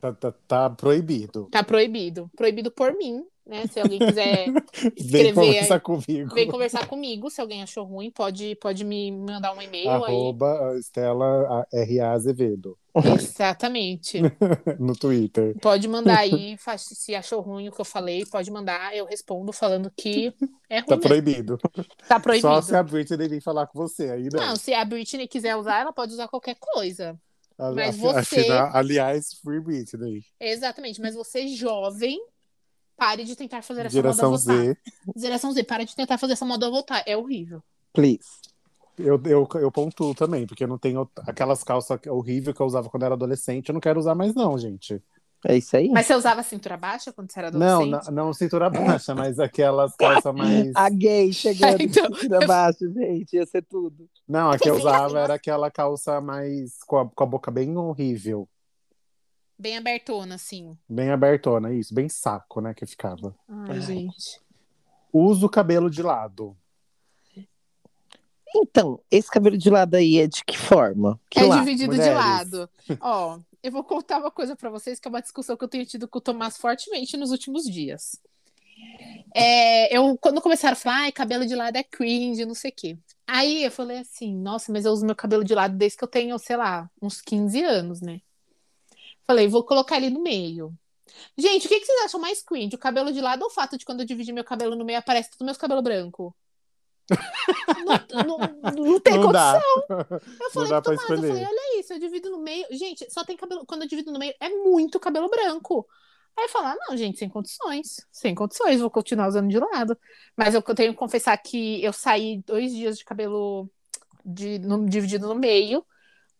S2: Tá, tá- tá proibido.
S3: Tá proibido. Proibido por mim, né? Se alguém quiser
S2: Vem
S3: escrever
S2: conversar
S3: aí,
S2: comigo.
S3: vem conversar comigo. Se alguém achou ruim, pode, pode me mandar um e-mail aí.
S2: Arroba Estela R.A. Azevedo
S3: Exatamente.
S2: no Twitter.
S3: Pode mandar aí, fa- se achou ruim o que eu falei, pode mandar, eu respondo falando que é ruim.
S2: Tá
S3: mesmo.
S2: proibido.
S3: Tá proibido.
S2: Só se a Britney vir falar com você aí, não.
S3: Não, se a Britney quiser usar, ela pode usar qualquer coisa.
S2: A-
S3: mas
S2: a-
S3: você-
S2: afinal- aliás, Free Britney.
S3: Exatamente, mas você jovem, pare de tentar fazer essa
S2: Geração
S3: moda voltar.
S2: Z.
S3: Geração Z, para de tentar fazer essa moda voltar, é horrível.
S1: Please.
S2: Eu, eu, eu pontuo também, porque eu não tenho aquelas calças horríveis que eu usava quando era adolescente. Eu não quero usar mais, não, gente.
S1: É isso aí.
S3: Mas você usava cintura baixa quando você era
S2: Não,
S3: adolescente?
S2: na- não cintura baixa, mas aquelas calças mais.
S1: A gay chegando
S3: Então,
S1: cintura baixa, gente. Ia ser tudo.
S2: Não, a que eu
S3: Assim, assim,
S2: usava
S3: nossa.
S2: era aquela calça mais. com a, com a boca bem horrível.
S3: Bem abertona, assim.
S2: Bem abertona, isso. Bem saco, né, que ficava.
S3: Ai,
S1: Ai.
S3: gente.
S2: Uso o cabelo de lado.
S1: Então, esse cabelo de lado aí é de que forma? Que
S3: é
S1: lado?
S3: dividido de
S2: mulheres.
S3: lado. Ó, eu vou contar uma coisa pra vocês que é uma discussão que eu tenho tido com o Tomás fortemente nos últimos dias. É, eu, quando começaram a falar, ai, cabelo de lado é cringe, não sei o quê. Aí eu falei assim, nossa, mas eu uso meu cabelo de lado desde que eu tenho, sei lá, uns 15 anos, né? Falei, vou colocar ele no meio. Gente, o que, que vocês acham mais cringe? O cabelo de lado ou o fato de quando eu dividir meu cabelo no meio aparece todos os meus cabelos brancos? não, não, não tem
S2: não
S3: condição.
S2: dá.
S3: Eu falei,
S2: dá pra
S3: pro Tomás, eu falei,
S2: escolher.
S3: olha isso, eu divido no meio. Gente, só tem cabelo. Quando eu divido no meio, é muito cabelo branco. Aí eu falo, ah, não, gente, sem condições. Sem condições, vou continuar usando de lado. Mas eu tenho que confessar que eu saí dois dias de cabelo de- no- dividido no meio,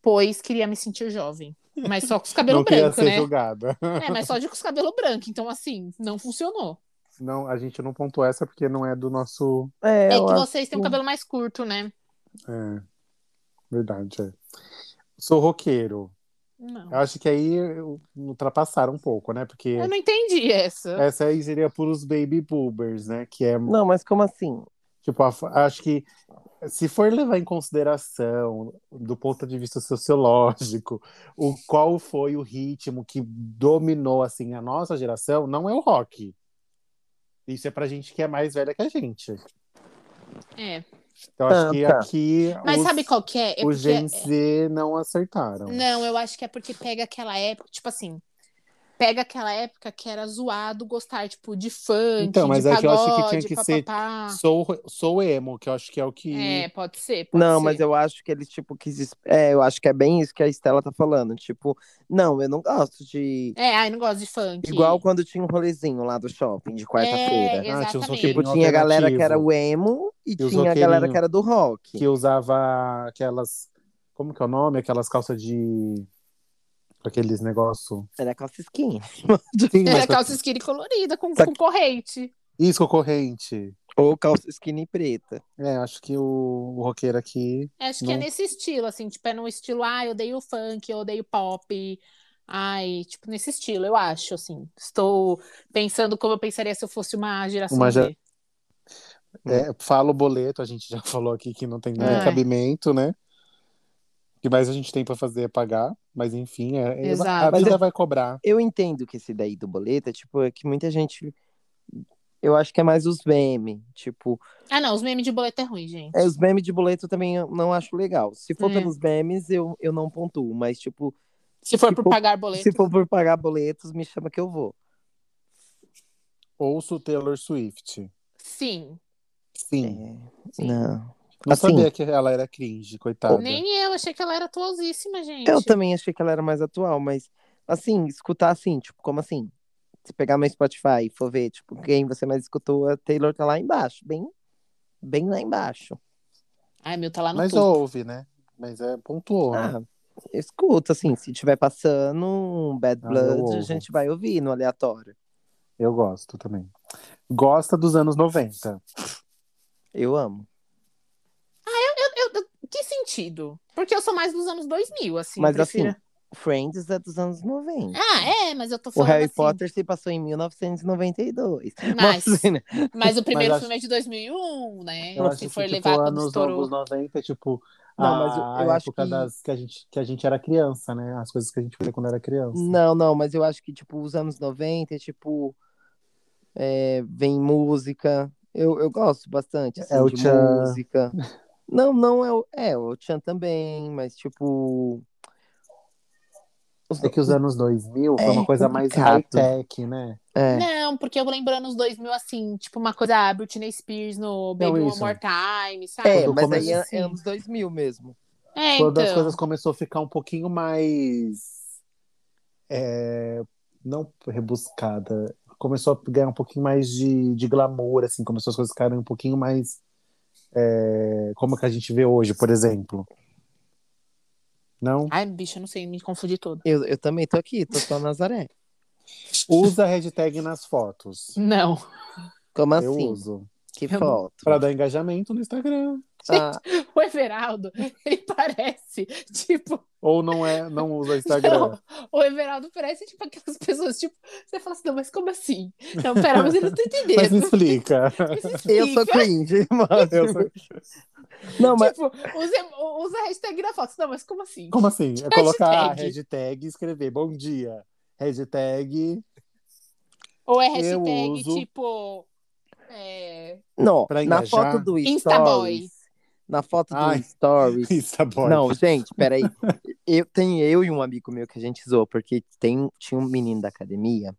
S3: pois queria me sentir jovem. Mas só com os
S2: Não
S3: cabelos
S2: queria
S3: brancos,
S2: ser
S3: né?
S2: julgada.
S3: É, mas só de com os cabelos brancos. Então, assim, não funcionou.
S2: Não, a gente não pontuou essa porque não é do nosso.
S3: É
S4: eu
S3: que
S4: acho
S3: vocês têm um cabelo mais curto, né?
S2: É, verdade, é. Sou roqueiro.
S3: Não.
S2: Eu acho que aí eu- ultrapassaram um pouco, né? Porque
S3: Eu não entendi essa.
S2: essa aí seria puros baby boomers, né? Que é
S1: Não, mas como assim?
S2: Tipo, a- acho que se for levar em consideração, do ponto de vista sociológico, o qual foi o ritmo que dominou assim a nossa geração, não é o rock. Isso é pra gente que é mais velha que a gente.
S3: É.
S2: Então acho
S1: Ah,
S2: que
S1: tá.
S2: aqui
S3: Mas
S2: os,
S3: sabe qual que é? É
S2: os
S3: porque-
S2: Gen Z não acertaram.
S3: Não, eu acho que é porque pega aquela época, tipo assim, pega aquela época que era zoado gostar, tipo, de funk,
S2: Então, mas
S3: de
S2: é que eu
S3: pagode,
S2: acho que tinha que ser-
S3: papapá.
S2: Sou, sou emo, que eu acho que é o que.
S3: Ah. É, pode ser, pode
S1: Não,
S3: ser.
S2: é
S1: mas eu acho que eles, tipo, quis. es- É, eu acho que é bem isso que a Estela tá falando. Tipo, não, eu não gosto de.
S3: É, ai, não gosto de funk.
S1: Igual quando tinha um rolezinho lá do shopping de quarta-feira.
S3: É,
S2: Ah, tinha uns
S3: exatamente.
S2: roqueirinhos
S1: Tipo, tinha a galera que era
S2: alternativo,
S1: o emo e,
S2: os
S1: tinha a galera
S2: roqueirinho.
S1: que era do rock.
S2: que usava aquelas. Como que é o nome? Aquelas calças de. Aqueles negócios.
S1: Era calça skin.
S2: Sim,
S3: Era
S2: mas-
S3: calça skinny colorida, com,
S1: Só
S3: com corrente.
S2: Isso, corrente.
S1: Ou calça skinny preta.
S2: É, acho que o, o roqueiro aqui.
S3: Acho que é
S2: Não.
S3: nesse estilo, assim, tipo, é num estilo, ai, eu odeio funk, eu odeio pop. Ai, tipo, nesse estilo, eu acho, assim. Estou pensando como eu pensaria se eu fosse uma geração
S2: Uma
S3: Z.
S2: gera- É, fala o boleto, a gente já falou aqui que não tem nem
S3: Hum. É.
S2: cabimento, né? O que mais a gente tem pra fazer é pagar. Mas enfim, é- é- a
S3: Exato.
S2: vida
S1: Mas é-
S2: vai cobrar.
S1: Eu entendo que esse daí do boleto é, tipo, é que muita gente. Eu acho que é mais os memes. Tipo,
S3: Ah, não, os memes de boleto é ruim, gente.
S1: é, os memes de boleto eu também eu não acho legal. Se for
S3: É.
S1: pelos memes, eu, eu não pontuo. Mas, tipo,
S3: Se for
S1: Se
S3: por
S1: for-
S3: pagar boleto.
S1: se for por pagar boletos, me chama que eu vou.
S2: Ouço Taylor Swift.
S3: Sim.
S2: Sim.
S3: sim.
S2: Né?
S1: Não.
S2: Não
S1: É. Assim-
S2: sabia que ela era cringe, coitada.
S3: Nem eu, achei que ela era atualzíssima, gente.
S1: Eu também achei que ela era mais atual, mas assim, escutar assim, tipo, como assim? Se pegar meu Spotify e for ver, tipo, quem você mais escutou, a Taylor tá lá embaixo, bem, bem lá embaixo.
S3: Ai, meu, tá lá no
S2: Mas
S3: topo.
S2: ouve, né? Mas é pontuou, né?
S1: Ah, eu escuto, assim, se tiver passando um Bad
S2: Ah, eu
S1: Blood, a
S2: ouvo.
S1: gente vai ouvir no aleatório.
S2: Eu gosto também. Gosta dos anos 90.
S1: Eu amo.
S3: Eu- eu- que sentido? Porque eu sou mais dos anos 2000, assim.
S1: mas
S3: prefiro-
S1: assim, Friends é dos anos 90.
S3: Ah, é, mas eu tô
S1: o
S3: falando
S1: Harry
S3: assim.
S1: Potter se passou em 1992.
S3: Mas,
S1: Mas, né?
S3: mas o primeiro
S2: Mas acho-
S3: filme é de 2001, né?
S2: Eu acho
S3: Se
S2: que,
S3: for
S2: tipo,
S3: levar quando
S2: anos,
S3: estourou.
S2: anos 90, tipo,
S1: Não,
S2: a
S1: mas eu- eu acho
S2: época
S1: que-
S2: das, que, a gente, que a gente era criança, né? As coisas que a gente fazia quando era criança.
S1: Não, não, mas eu acho que, tipo, os anos 90, tipo, é, vem música. Eu, eu gosto bastante, assim,
S2: É o
S1: de
S2: tchan.
S1: música. Não, não é o... É, o Tchan também, mas, tipo... os-
S2: É que os anos 2000 foi uma
S1: É
S2: coisa mais
S1: complicado.
S2: high-tech, né?
S1: é.
S3: Não, porque eu lembro anos 2000, assim, tipo uma coisa, ah, Britney Spears no Baby
S2: Não,
S3: One
S2: isso.
S3: More Time, sabe?
S1: É,
S2: Quando
S1: mas
S2: começou
S1: aí é,
S3: assim.
S1: é anos 2000 mesmo.
S3: É,
S2: Quando as
S3: então.
S2: coisas começou a ficar um pouquinho mais... é, não rebuscada. Começou a ganhar um pouquinho mais de, de glamour, assim. Começou as coisas ficarem um pouquinho mais... é, como que a gente vê hoje, por exemplo. Não?
S3: Ai, bicho, eu não sei, me confundi toda.
S1: Eu, eu também tô aqui, tô só Nazaré.
S2: Usa a hashtag nas fotos.
S3: Não.
S1: Como
S2: Eu
S1: assim?
S2: uso.
S1: Que
S3: Eu não-
S1: foto.
S2: Pra dar engajamento no Instagram.
S1: Ah,
S3: O Everaldo, ele parece, tipo,
S2: Ou não é, não usa Instagram.
S3: O Everaldo parece tipo aquelas pessoas, tipo, você fala assim, não, mas como assim? Não, pera, mas eu não tô
S2: Mas me
S3: entendendo.
S2: explica.
S1: eu sou cringe, mano.
S2: Eu sou-
S1: Não, mas...
S3: Tipo, usa, usa a hashtag na foto. Não, mas como assim?
S2: Como assim? É colocar a hashtag e escrever bom dia. Hashtag
S3: Ou é
S2: Eu
S3: hashtag,
S2: uso.
S3: tipo. é,
S1: Não,
S2: Pra
S1: na
S2: engajar?
S1: foto do
S3: Instaboy.
S1: Stories... Na foto do
S2: Ai.
S1: Stories...
S2: pizza boy.
S1: Não, gente, peraí. Eu, tem eu e um amigo meu que a gente zoou, porque tem, tinha um menino da academia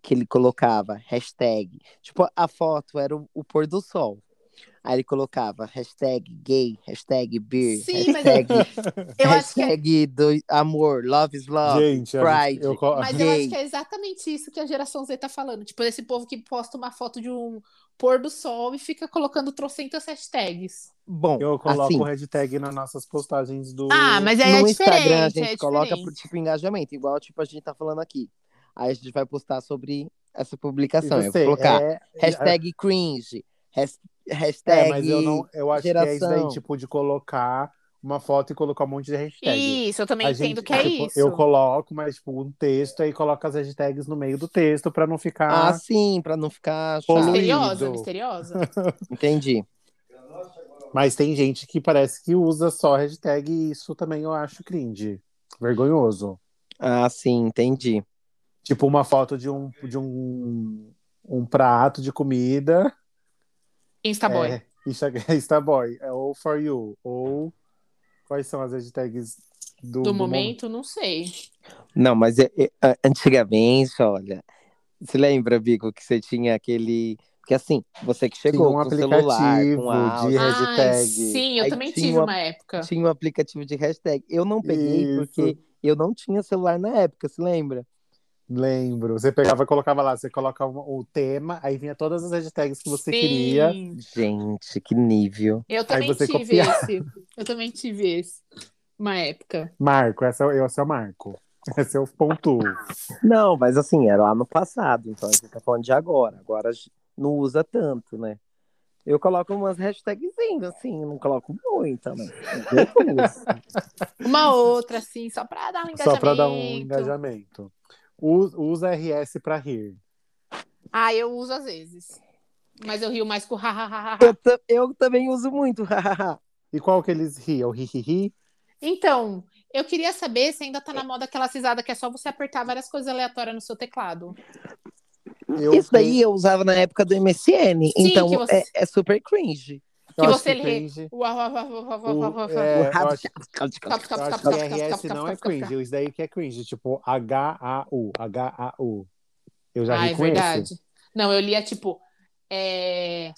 S1: que ele colocava hashtag. Tipo, a foto era o, o pôr do sol. Aí ele colocava hashtag gay, hashtag beer,
S3: Sim, mas
S1: hashtag,
S3: Eu acho que é,
S1: hashtag do amor, love is love.
S2: gente, a gente-
S1: Pride.
S2: eu co-
S3: mas eu acho
S1: Gay.
S3: que é exatamente isso que a geração Z tá falando. Tipo, esse povo que posta uma foto de um pôr do sol e fica colocando trocentas hashtags.
S1: Bom,
S2: eu coloco
S1: assim,
S2: hashtag nas nossas postagens do.
S3: Ah, mas aí
S1: no
S3: é
S1: Instagram a
S3: diferente.
S1: gente
S3: é
S1: coloca
S3: diferente.
S1: pro tipo engajamento, igual tipo a gente tá falando aqui. Aí a gente vai postar sobre essa publicação.
S2: E
S1: Eu
S2: você,
S1: vou colocar
S2: é-
S1: hashtag cringe, has-
S2: É,
S1: hashtag...
S2: mas eu não, eu acho que é isso
S1: geração.
S2: aí, tipo, de colocar uma foto e colocar um monte de hashtag.
S3: Isso, eu também
S2: A
S3: entendo
S2: gente,
S3: que é
S2: tipo,
S3: isso.
S2: Eu coloco, mas tipo, um texto aí coloca as hashtags no meio do texto pra não
S1: Ah,
S2: ficar.
S1: sim, pra não ficar chato.
S2: Poluído.
S3: Misteriosa, misteriosa.
S1: Entendi.
S2: Mas tem gente que parece que usa só hashtag e isso também eu acho cringe. Vergonhoso.
S1: Ah, sim, entendi.
S2: Tipo, uma foto de um, de um, um prato de comida.
S3: Instaboy.
S2: É, Insta- Instaboy. É ou for you. Ou quais são as hashtags do,
S3: Do
S2: do momento?
S3: momento, não sei.
S1: Não, mas é- é- a- antigamente, olha, você lembra, Bico, que você tinha aquele. Porque assim, você que
S2: Tinha
S1: chegou
S2: um
S1: com o celular,
S2: aplicativo
S1: com áudio,
S2: de
S3: Ai,
S2: hashtag.
S3: Ah, é, sim, eu
S1: Aí
S3: também
S1: tinha
S3: tive
S1: uma-
S3: uma época.
S1: tinha um aplicativo de hashtag. Eu não peguei
S2: Isso.
S1: porque eu não tinha celular na época, se lembra?
S2: Lembro. Você pegava e colocava lá, você coloca o, o tema, aí vinha todas as hashtags que você queria.
S3: Sim,
S1: Gente, que nível.
S3: eu também
S2: você
S3: tive
S2: copiava.
S3: esse. Eu também tive esse. Uma época.
S2: Marco, essa, eu- esse é o Marco. Esse é o ponto.
S1: Não, mas assim, era lá no passado, então a gente tá falando de agora. Agora a gente não usa tanto, né? Eu coloco umas hashtagzinhas, assim, não coloco muita, né? Eu uso.
S3: Uma outra, assim, só pra dar um engajamento.
S2: Só pra dar um engajamento. Usa, usa RS pra rir.
S3: Ah, eu uso às vezes. Mas eu rio mais com hahaha.
S1: Eu, ta- eu também uso muito, hahaha.
S2: E qual que eles riam? O ri-ri-ri?
S3: Então, eu queria saber se ainda tá na moda aquela cisada que é só você apertar várias coisas aleatórias no seu teclado.
S2: Eu
S1: Isso
S2: fiquei-
S1: daí eu usava na época do MSN, então
S3: que você-
S1: é, é super cringe.
S2: eu
S3: que
S2: acho
S3: você lê.
S2: cringe.
S3: Uau, uau, uau, uau, uau,
S2: O-
S3: uau, uau, uau.
S2: é, eu
S1: Rabo-
S2: acho- eu acho que RS não é cringe. Isso daí que é cringe. Tipo, H-A-U. H-A-U. Eu já
S3: ah,
S2: ri
S3: é
S2: com
S3: verdade.
S2: esse.
S3: Não, eu lia tipo. É...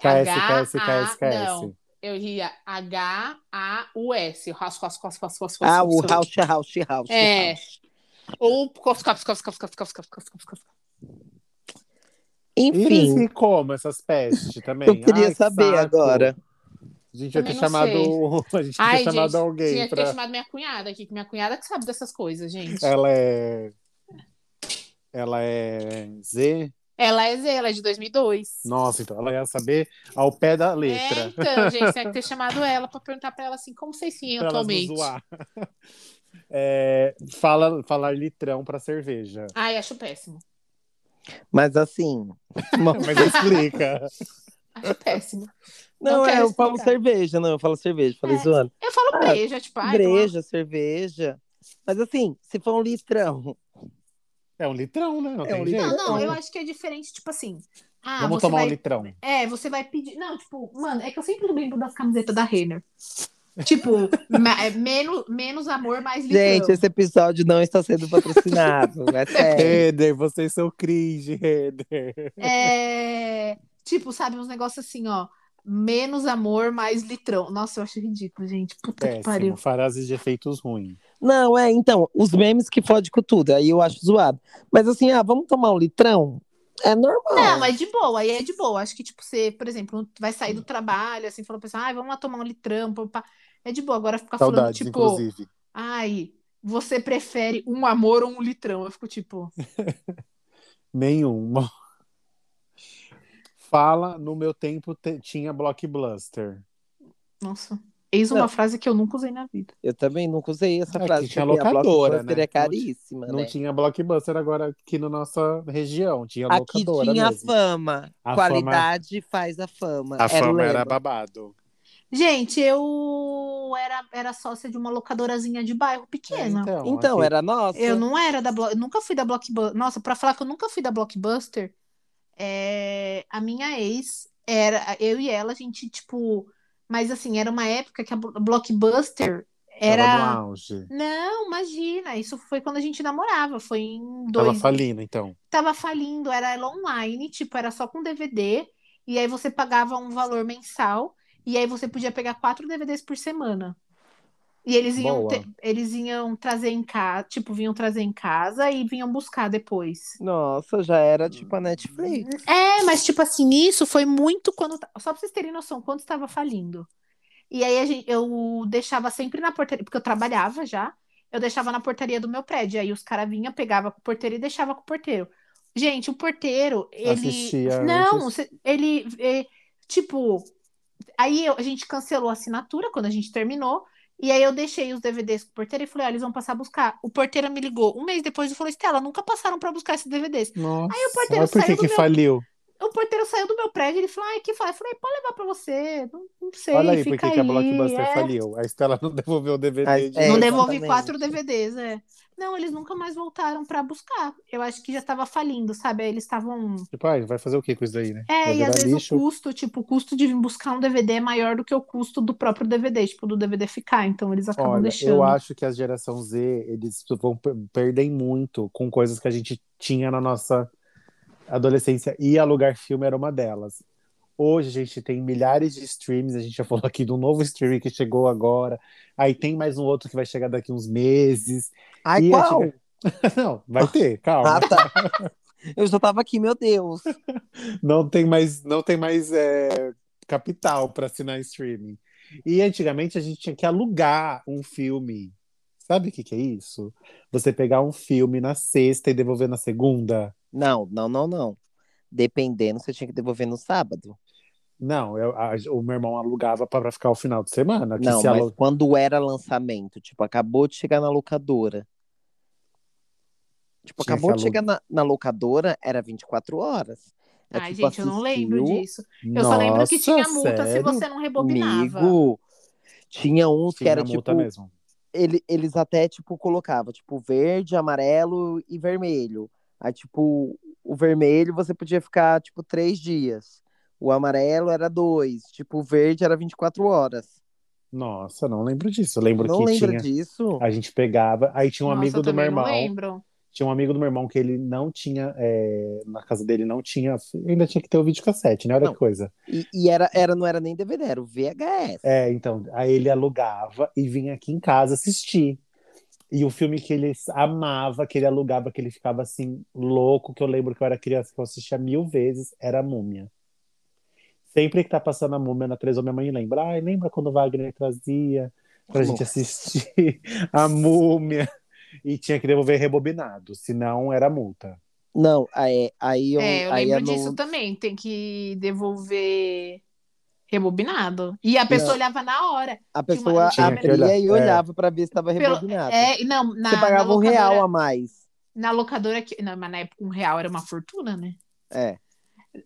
S2: KS,
S3: H,
S2: KS, KS,
S3: A-
S2: KS.
S3: Não, eu lia H-A-U-S. Ras, ras, ras, ras, ras,
S1: Ah,
S3: ras,
S1: o
S3: ras.
S1: House, House, House.
S3: É.
S1: house.
S3: Ou cofs, cofs, cofs, cofs, cofs, cofs, cofs, cofs, cofs, cofs.
S2: E eles
S1: Enfim,
S2: ri como essas pestes também?
S1: eu queria
S2: Ai, que
S1: saber
S2: saco.
S1: agora.
S2: A gente ia
S3: Também
S2: ter
S3: não
S2: chamado,
S3: sei.
S2: a gente ia ter
S3: Ai,
S2: chamado
S3: gente, tinha
S2: alguém
S3: que
S2: pra.
S3: ter chamado minha cunhada aqui, que minha cunhada que sabe dessas coisas, gente.
S2: Ela é. Ela é Z?
S3: Ela é Z, ela é de 2002.
S2: Nossa, então ela ia saber ao pé da
S3: É,
S2: letra.
S3: então, gente, tinha que ter chamado ela pra perguntar pra ela assim, como vocês se
S2: pra elas não
S3: atualmente?
S2: zoar. É, fala, falar litrão pra cerveja.
S3: Ai, acho péssimo.
S1: Mas assim. não-
S2: Mas explica.
S3: Acho péssimo. Não
S1: Não, é,
S3: quero
S1: eu falo
S3: explicar.
S1: cerveja, não, eu falo cerveja, falei
S3: É.
S1: zoando.
S3: Eu falo
S1: Ah,
S3: breja, tipo, ai, não-
S1: Breja, cerveja. Mas assim, se for um litrão.
S2: É um litrão, né? Não
S1: É
S2: tem
S1: um
S2: jeito.
S1: litrão.
S3: Não, não, eu acho que é diferente, tipo assim. Ah,
S2: Vamos
S3: você
S2: tomar
S3: vai...
S2: um litrão.
S3: É, você vai pedir. Não, tipo, mano, é que eu sempre lembro das camisetas da Renner. Tipo, ma- é menos, menos amor, mais litrão.
S1: Gente, esse episódio não está sendo patrocinado. é sério.
S2: Reder, vocês são cringe, Reder.
S3: É, tipo, sabe, uns negócios assim, ó. Menos amor, mais litrão. Nossa, eu acho ridículo, gente. Puta que pariu.
S2: Péssimo. Frases de efeitos ruins.
S1: Não, é, então, os memes que fode com tudo, aí eu acho zoado. Mas assim, ah, vamos tomar um litrão? É normal.
S3: Não, mas de boa, aí é de boa. Acho que, tipo, você, por exemplo, vai sair do trabalho, assim, falou pra pessoa, ai, vamos lá tomar um litrão, papá. É de boa. Agora ficar falando,
S2: Saudades,
S3: tipo,
S2: inclusive.
S3: ai, você prefere um amor ou um litrão? Eu fico, tipo,
S2: Nenhuma. Fala, no meu tempo te- tinha blockbuster.
S3: nossa. Eis
S1: Não.
S3: uma frase que eu nunca usei na vida.
S1: Eu também nunca usei essa
S2: É que
S1: frase.
S2: tinha
S1: porque a
S2: locadora,
S1: Blockbuster
S2: né?
S1: é caríssima,
S2: Não
S1: né?
S2: tinha blockbuster agora aqui na nossa região. Tinha
S1: Aqui
S2: locadora
S1: tinha
S2: mesmo.
S1: a fama.
S2: A
S1: Qualidade faz a fama.
S2: A
S1: Era o
S2: fama era
S1: lema.
S2: babado.
S3: Gente, eu era, era sócia de uma locadorazinha de bairro pequena.
S1: Então,
S2: aqui-
S1: era nossa.
S3: Eu não era da Blo... eu nunca fui da Blockbuster. Nossa, pra falar que eu nunca fui da Blockbuster, é, a minha ex era eu e ela, a gente tipo, mas assim, era uma época que a Blo-
S2: Tava
S3: Blockbuster era
S2: no auge.
S3: Não, imagina, isso foi quando a gente namorava, foi em
S2: Tava
S3: dois
S2: falindo, então.
S3: tava falindo, era ela online, tipo, era só com DVD, e aí você pagava um valor mensal, e aí você podia pegar quatro DVDs por semana. E eles iam,
S2: Boa.
S3: te- eles iam trazer em casa, tipo, vinham trazer em casa e vinham buscar depois.
S1: Nossa, já era tipo a Netflix.
S3: É, mas tipo assim, isso foi muito quando. Só pra vocês terem noção, quando estava falindo. E aí a gente- eu deixava sempre na portaria, porque eu trabalhava já, eu deixava na portaria do meu prédio. Aí os caras vinham, pegava com o porteiro e deixava com o porteiro. Gente, o porteiro, ele.
S2: Assistia
S3: não,
S2: antes.
S3: cê- ele. é, tipo, aí eu- a gente cancelou a assinatura quando a gente terminou. E aí eu deixei os DVDs com o porteiro e falei, olha, eles vão passar a buscar. O porteiro me ligou um mês depois e falou, Estela, nunca passaram pra buscar esses DVDs.
S2: Nossa,
S3: Aí o porteiro
S2: olha por que
S3: saiu do
S2: que
S3: meu-
S2: faliu.
S3: O porteiro saiu do meu prédio, ele falou, ai, que faz? Eu falei, pode levar pra você, não, não sei,
S2: Olha aí por
S3: fica
S2: que que a
S3: aí,
S2: Blockbuster
S3: é.
S2: faliu. A Estela não devolveu o DVD.
S1: Ah,
S2: de
S1: é,
S3: Não
S2: volta.
S3: devolvi
S1: exatamente.
S3: quatro DVDs, é. Não, eles nunca mais voltaram pra buscar. Eu acho que já tava falindo, sabe? Aí Eles estavam.
S2: Tipo, ai, vai fazer o que com isso daí, né?
S3: É,
S2: vai
S3: e
S2: virar
S3: às vezes
S2: lixo.
S3: o custo, tipo, o custo de vir buscar um DVD é maior do que o custo do próprio DVD, tipo, do DVD ficar. Então eles acabam
S2: Olha,
S3: deixando.
S2: eu acho que a geração Z, eles vão per- perder muito com coisas que a gente tinha na nossa adolescência. E alugar filme era uma delas. Hoje a gente tem milhares de streams, a gente já falou aqui do novo streaming que chegou agora. Aí tem mais um outro que vai chegar daqui uns meses.
S1: Ai,
S2: E a
S1: qual?
S2: gente- Não, vai ter, calma.
S1: Ah, tá. Eu já tava aqui, meu Deus.
S2: Não tem mais, não tem mais é, capital para assinar streaming. E antigamente a gente tinha que alugar um filme. Sabe o que, que é isso? Você pegar um filme na sexta e devolver na segunda?
S1: Não, não, não, não. Dependendo, você tinha que devolver no sábado.
S2: Não, eu- a- o meu irmão alugava para ficar o final de semana. Que
S1: não,
S2: se
S1: mas
S2: alu-
S1: quando era lançamento, tipo, acabou de chegar na locadora. Tipo,
S2: Tinha que
S1: acabou de
S2: alu-
S1: chegar na, na locadora, era 24 horas. É,
S3: Ai,
S1: tipo,
S3: gente, eu não lembro
S1: assistiu,
S3: disso. Eu só lembro que tinha
S2: Nossa,
S3: multa se
S2: sério? Um
S3: você não rebobinava.
S1: Amigo, tinha uns que
S2: Tinha
S1: era
S2: multa
S1: tipo,
S2: mesmo.
S1: ele- eles até tipo colocavam tipo verde, amarelo e vermelho. Aí tipo o vermelho você podia ficar tipo três dias, o amarelo era dois, tipo o verde era 24 horas.
S2: Nossa, não lembro disso. Eu lembro
S1: não
S2: que
S1: lembra
S2: tinha.
S1: disso?
S2: A gente pegava, aí tinha um
S3: Nossa,
S2: amigo
S3: eu
S2: do meu
S3: também não
S2: irmão.
S3: lembro.
S2: Tinha um amigo do meu irmão que ele não tinha, é, na casa dele não tinha, ainda tinha que ter o videocassete, né? Olha
S1: Não.
S2: que coisa.
S1: E, e era, era não era nem DVD, era o VHS.
S2: É, então, aí ele alugava e vinha aqui em casa assistir. E o filme que ele amava, que ele alugava, que ele ficava assim, louco, que eu lembro que eu era criança, que eu assistia mil vezes, era a Múmia. Sempre que tá passando a Múmia na televisão, minha mãe lembra. Ai, lembra quando o Wagner trazia pra gente
S1: Nossa.
S2: assistir a Múmia? E tinha que devolver rebobinado, senão era multa.
S1: Não, aí, aí eu,
S3: É, eu
S1: Então, aí
S3: lembro
S1: eu não-
S3: disso também. Tem que devolver rebobinado. E a pessoa
S1: Não.
S3: olhava na hora.
S1: a pessoa
S2: Tinha que olhar.
S1: abria e
S2: É.
S1: olhava pra ver se tava
S3: Pelo-
S1: rebobinado.
S3: É, e não, na,
S1: Você pagava
S3: na
S1: um
S3: locadora,
S1: real a mais.
S3: na locadora que. Não, mas na época um real era uma fortuna, né?
S1: É.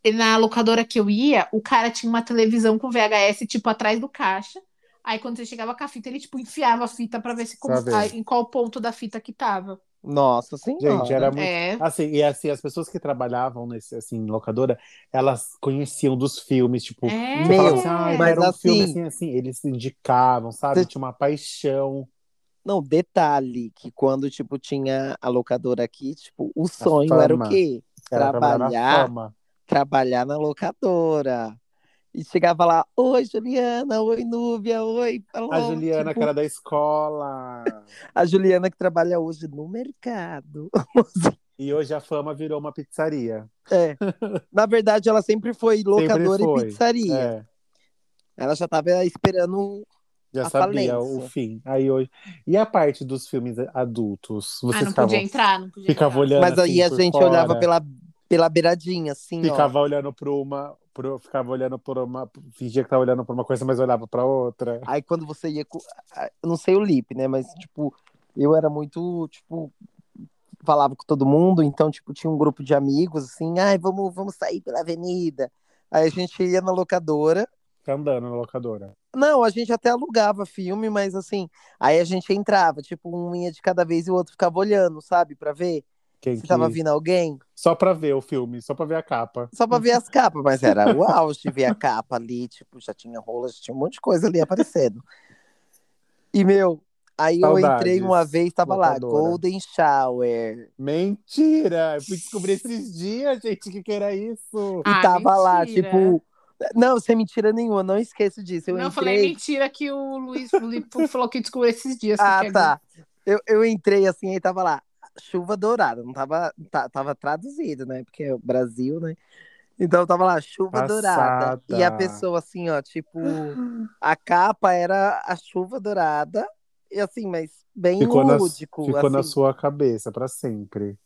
S3: E na locadora que eu ia, o cara tinha uma televisão com VHS, tipo, atrás do caixa. Aí quando você chegava com a fita, ele, tipo, enfiava a fita pra ver se como,
S2: Pra ver.
S3: ah, em qual ponto da fita que tava.
S1: Nossa senhora.
S2: Gente, era muito.
S3: É.
S2: Assim, e assim, as pessoas que trabalhavam nesse, assim, em locadora, elas conheciam dos filmes, tipo,
S3: É.
S2: você falava
S1: Meu,
S2: assim, ah,
S1: mas
S2: era um filme
S1: assim-
S2: assim, assim, eles indicavam, sabe?
S1: Cê-
S2: Tinha uma paixão.
S1: Não, detalhe que quando, tipo, tinha a locadora aqui, tipo, o sonho era o
S2: fama.
S1: quê?
S2: Era trabalhar na
S1: Trabalhar.
S2: fama.
S1: Trabalhar na locadora. E chegava lá, oi, Juliana, oi, Núbia, oi, falou.
S2: A Juliana, que
S1: tipo,
S2: era da escola.
S1: a Juliana que trabalha hoje no mercado.
S2: E hoje a fama virou uma pizzaria.
S1: É. Na verdade, ela sempre foi locadora
S2: foi,
S1: e pizzaria.
S2: É,
S1: Ela já tava esperando. um,
S2: já
S1: A
S2: sabia
S1: falência.
S2: o fim. Aí hoje. E a parte dos filmes adultos? Vocês
S3: ah, não
S2: ficavam,
S3: podia entrar, não podia
S2: ficavam
S3: entrar.
S2: olhando.
S1: Mas aí
S2: assim,
S1: a
S2: por
S1: gente
S2: fora?
S1: olhava pela, pela beiradinha, assim, ó.
S2: Ficava olhando para uma, pro- ficava olhando por uma, fingia que tava olhando para uma coisa, mas olhava para outra.
S1: Aí quando você ia. com- ah, Eu não sei o Lipe, né? Mas, tipo, eu era muito, tipo, falava com todo mundo, então, tipo, tinha um grupo de amigos, assim, ai, vamos, vamos sair pela avenida. Aí a gente ia na locadora.
S2: Fica andando na locadora.
S1: Não, a gente até alugava filme, mas assim, aí a gente entrava, tipo, um ia de cada vez e o outro ficava olhando, sabe, pra ver
S2: Quem
S1: se
S2: que-
S1: tava vindo alguém,
S2: Só para ver o filme, só para ver a capa.
S1: só pra ver as capas, mas era o auge ver a capa ali, tipo, já tinha rola, já tinha um monte de coisa ali aparecendo. E, meu, aí eu
S2: Saudades,
S1: entrei uma vez, tava lá,
S2: locadora.
S1: Golden Shower.
S2: Mentira! Eu fui descobrir esses dias, gente, que que era isso?
S1: E
S3: Ah,
S1: tava lá,
S3: mentira.
S1: tipo. Não, sem mentira nenhuma, não esqueço disso. Eu entrei.
S3: não, eu falei mentira que o Luiz Felipe falou que descobriu esses dias.
S1: Ah,
S3: que é
S1: tá. Eu, eu entrei assim, aí tava lá, chuva dourada. Não tava, tá- tava traduzido, né? Porque é o Brasil, né? Então tava lá, chuva dourada. E a
S2: Passada.
S1: pessoa assim, ó, tipo, a capa era a chuva dourada. E assim, mas bem
S2: Ficou, na,
S1: lúdico.
S2: ficou na
S1: assim.
S2: sua cabeça para sempre.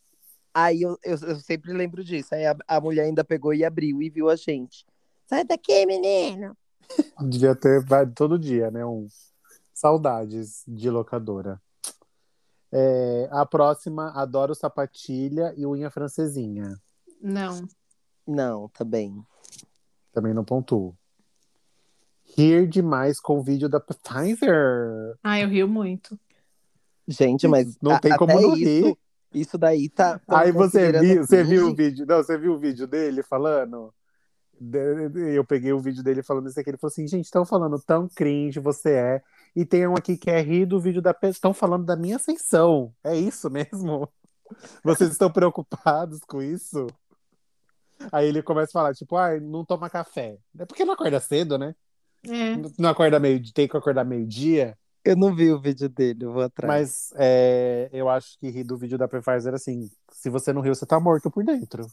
S1: Aí eu, eu, eu sempre lembro disso. Aí a, a mulher ainda pegou e abriu e viu a gente. Sai daqui, menino!
S2: Devia ter vai, todo dia, né? Um... Saudades de locadora. É, a próxima, adoro sapatilha e unha francesinha.
S3: Não.
S1: Não, também.
S2: Também não pontuo. Rir demais com o vídeo da Pfizer.
S3: Ah, eu rio muito.
S1: Gente, mas.
S2: Não tem como
S1: até
S2: não
S1: isso,
S2: rir.
S1: Isso daí tá. tá
S2: Aí você
S1: considerando assim.
S2: viu, você viu o
S1: virgem?
S2: vídeo. Não, você viu o vídeo dele falando? De- de- Eu peguei o vídeo dele falando isso aqui. Ele falou assim, gente, estão falando tão cringe você é. E tem um aqui que é rir do vídeo da pessoa. Estão falando da minha ascensão. É isso mesmo? Vocês estão preocupados com isso? Aí ele começa a falar, tipo, ai, não toma café. É porque não acorda cedo, né?
S3: É.
S2: Não acorda meio tem que acordar meio-dia.
S1: Eu não vi o vídeo dele, eu vou atrás.
S2: Mas é, eu acho que rir do vídeo da Pfizer era assim: se você não riu, você tá morto por dentro.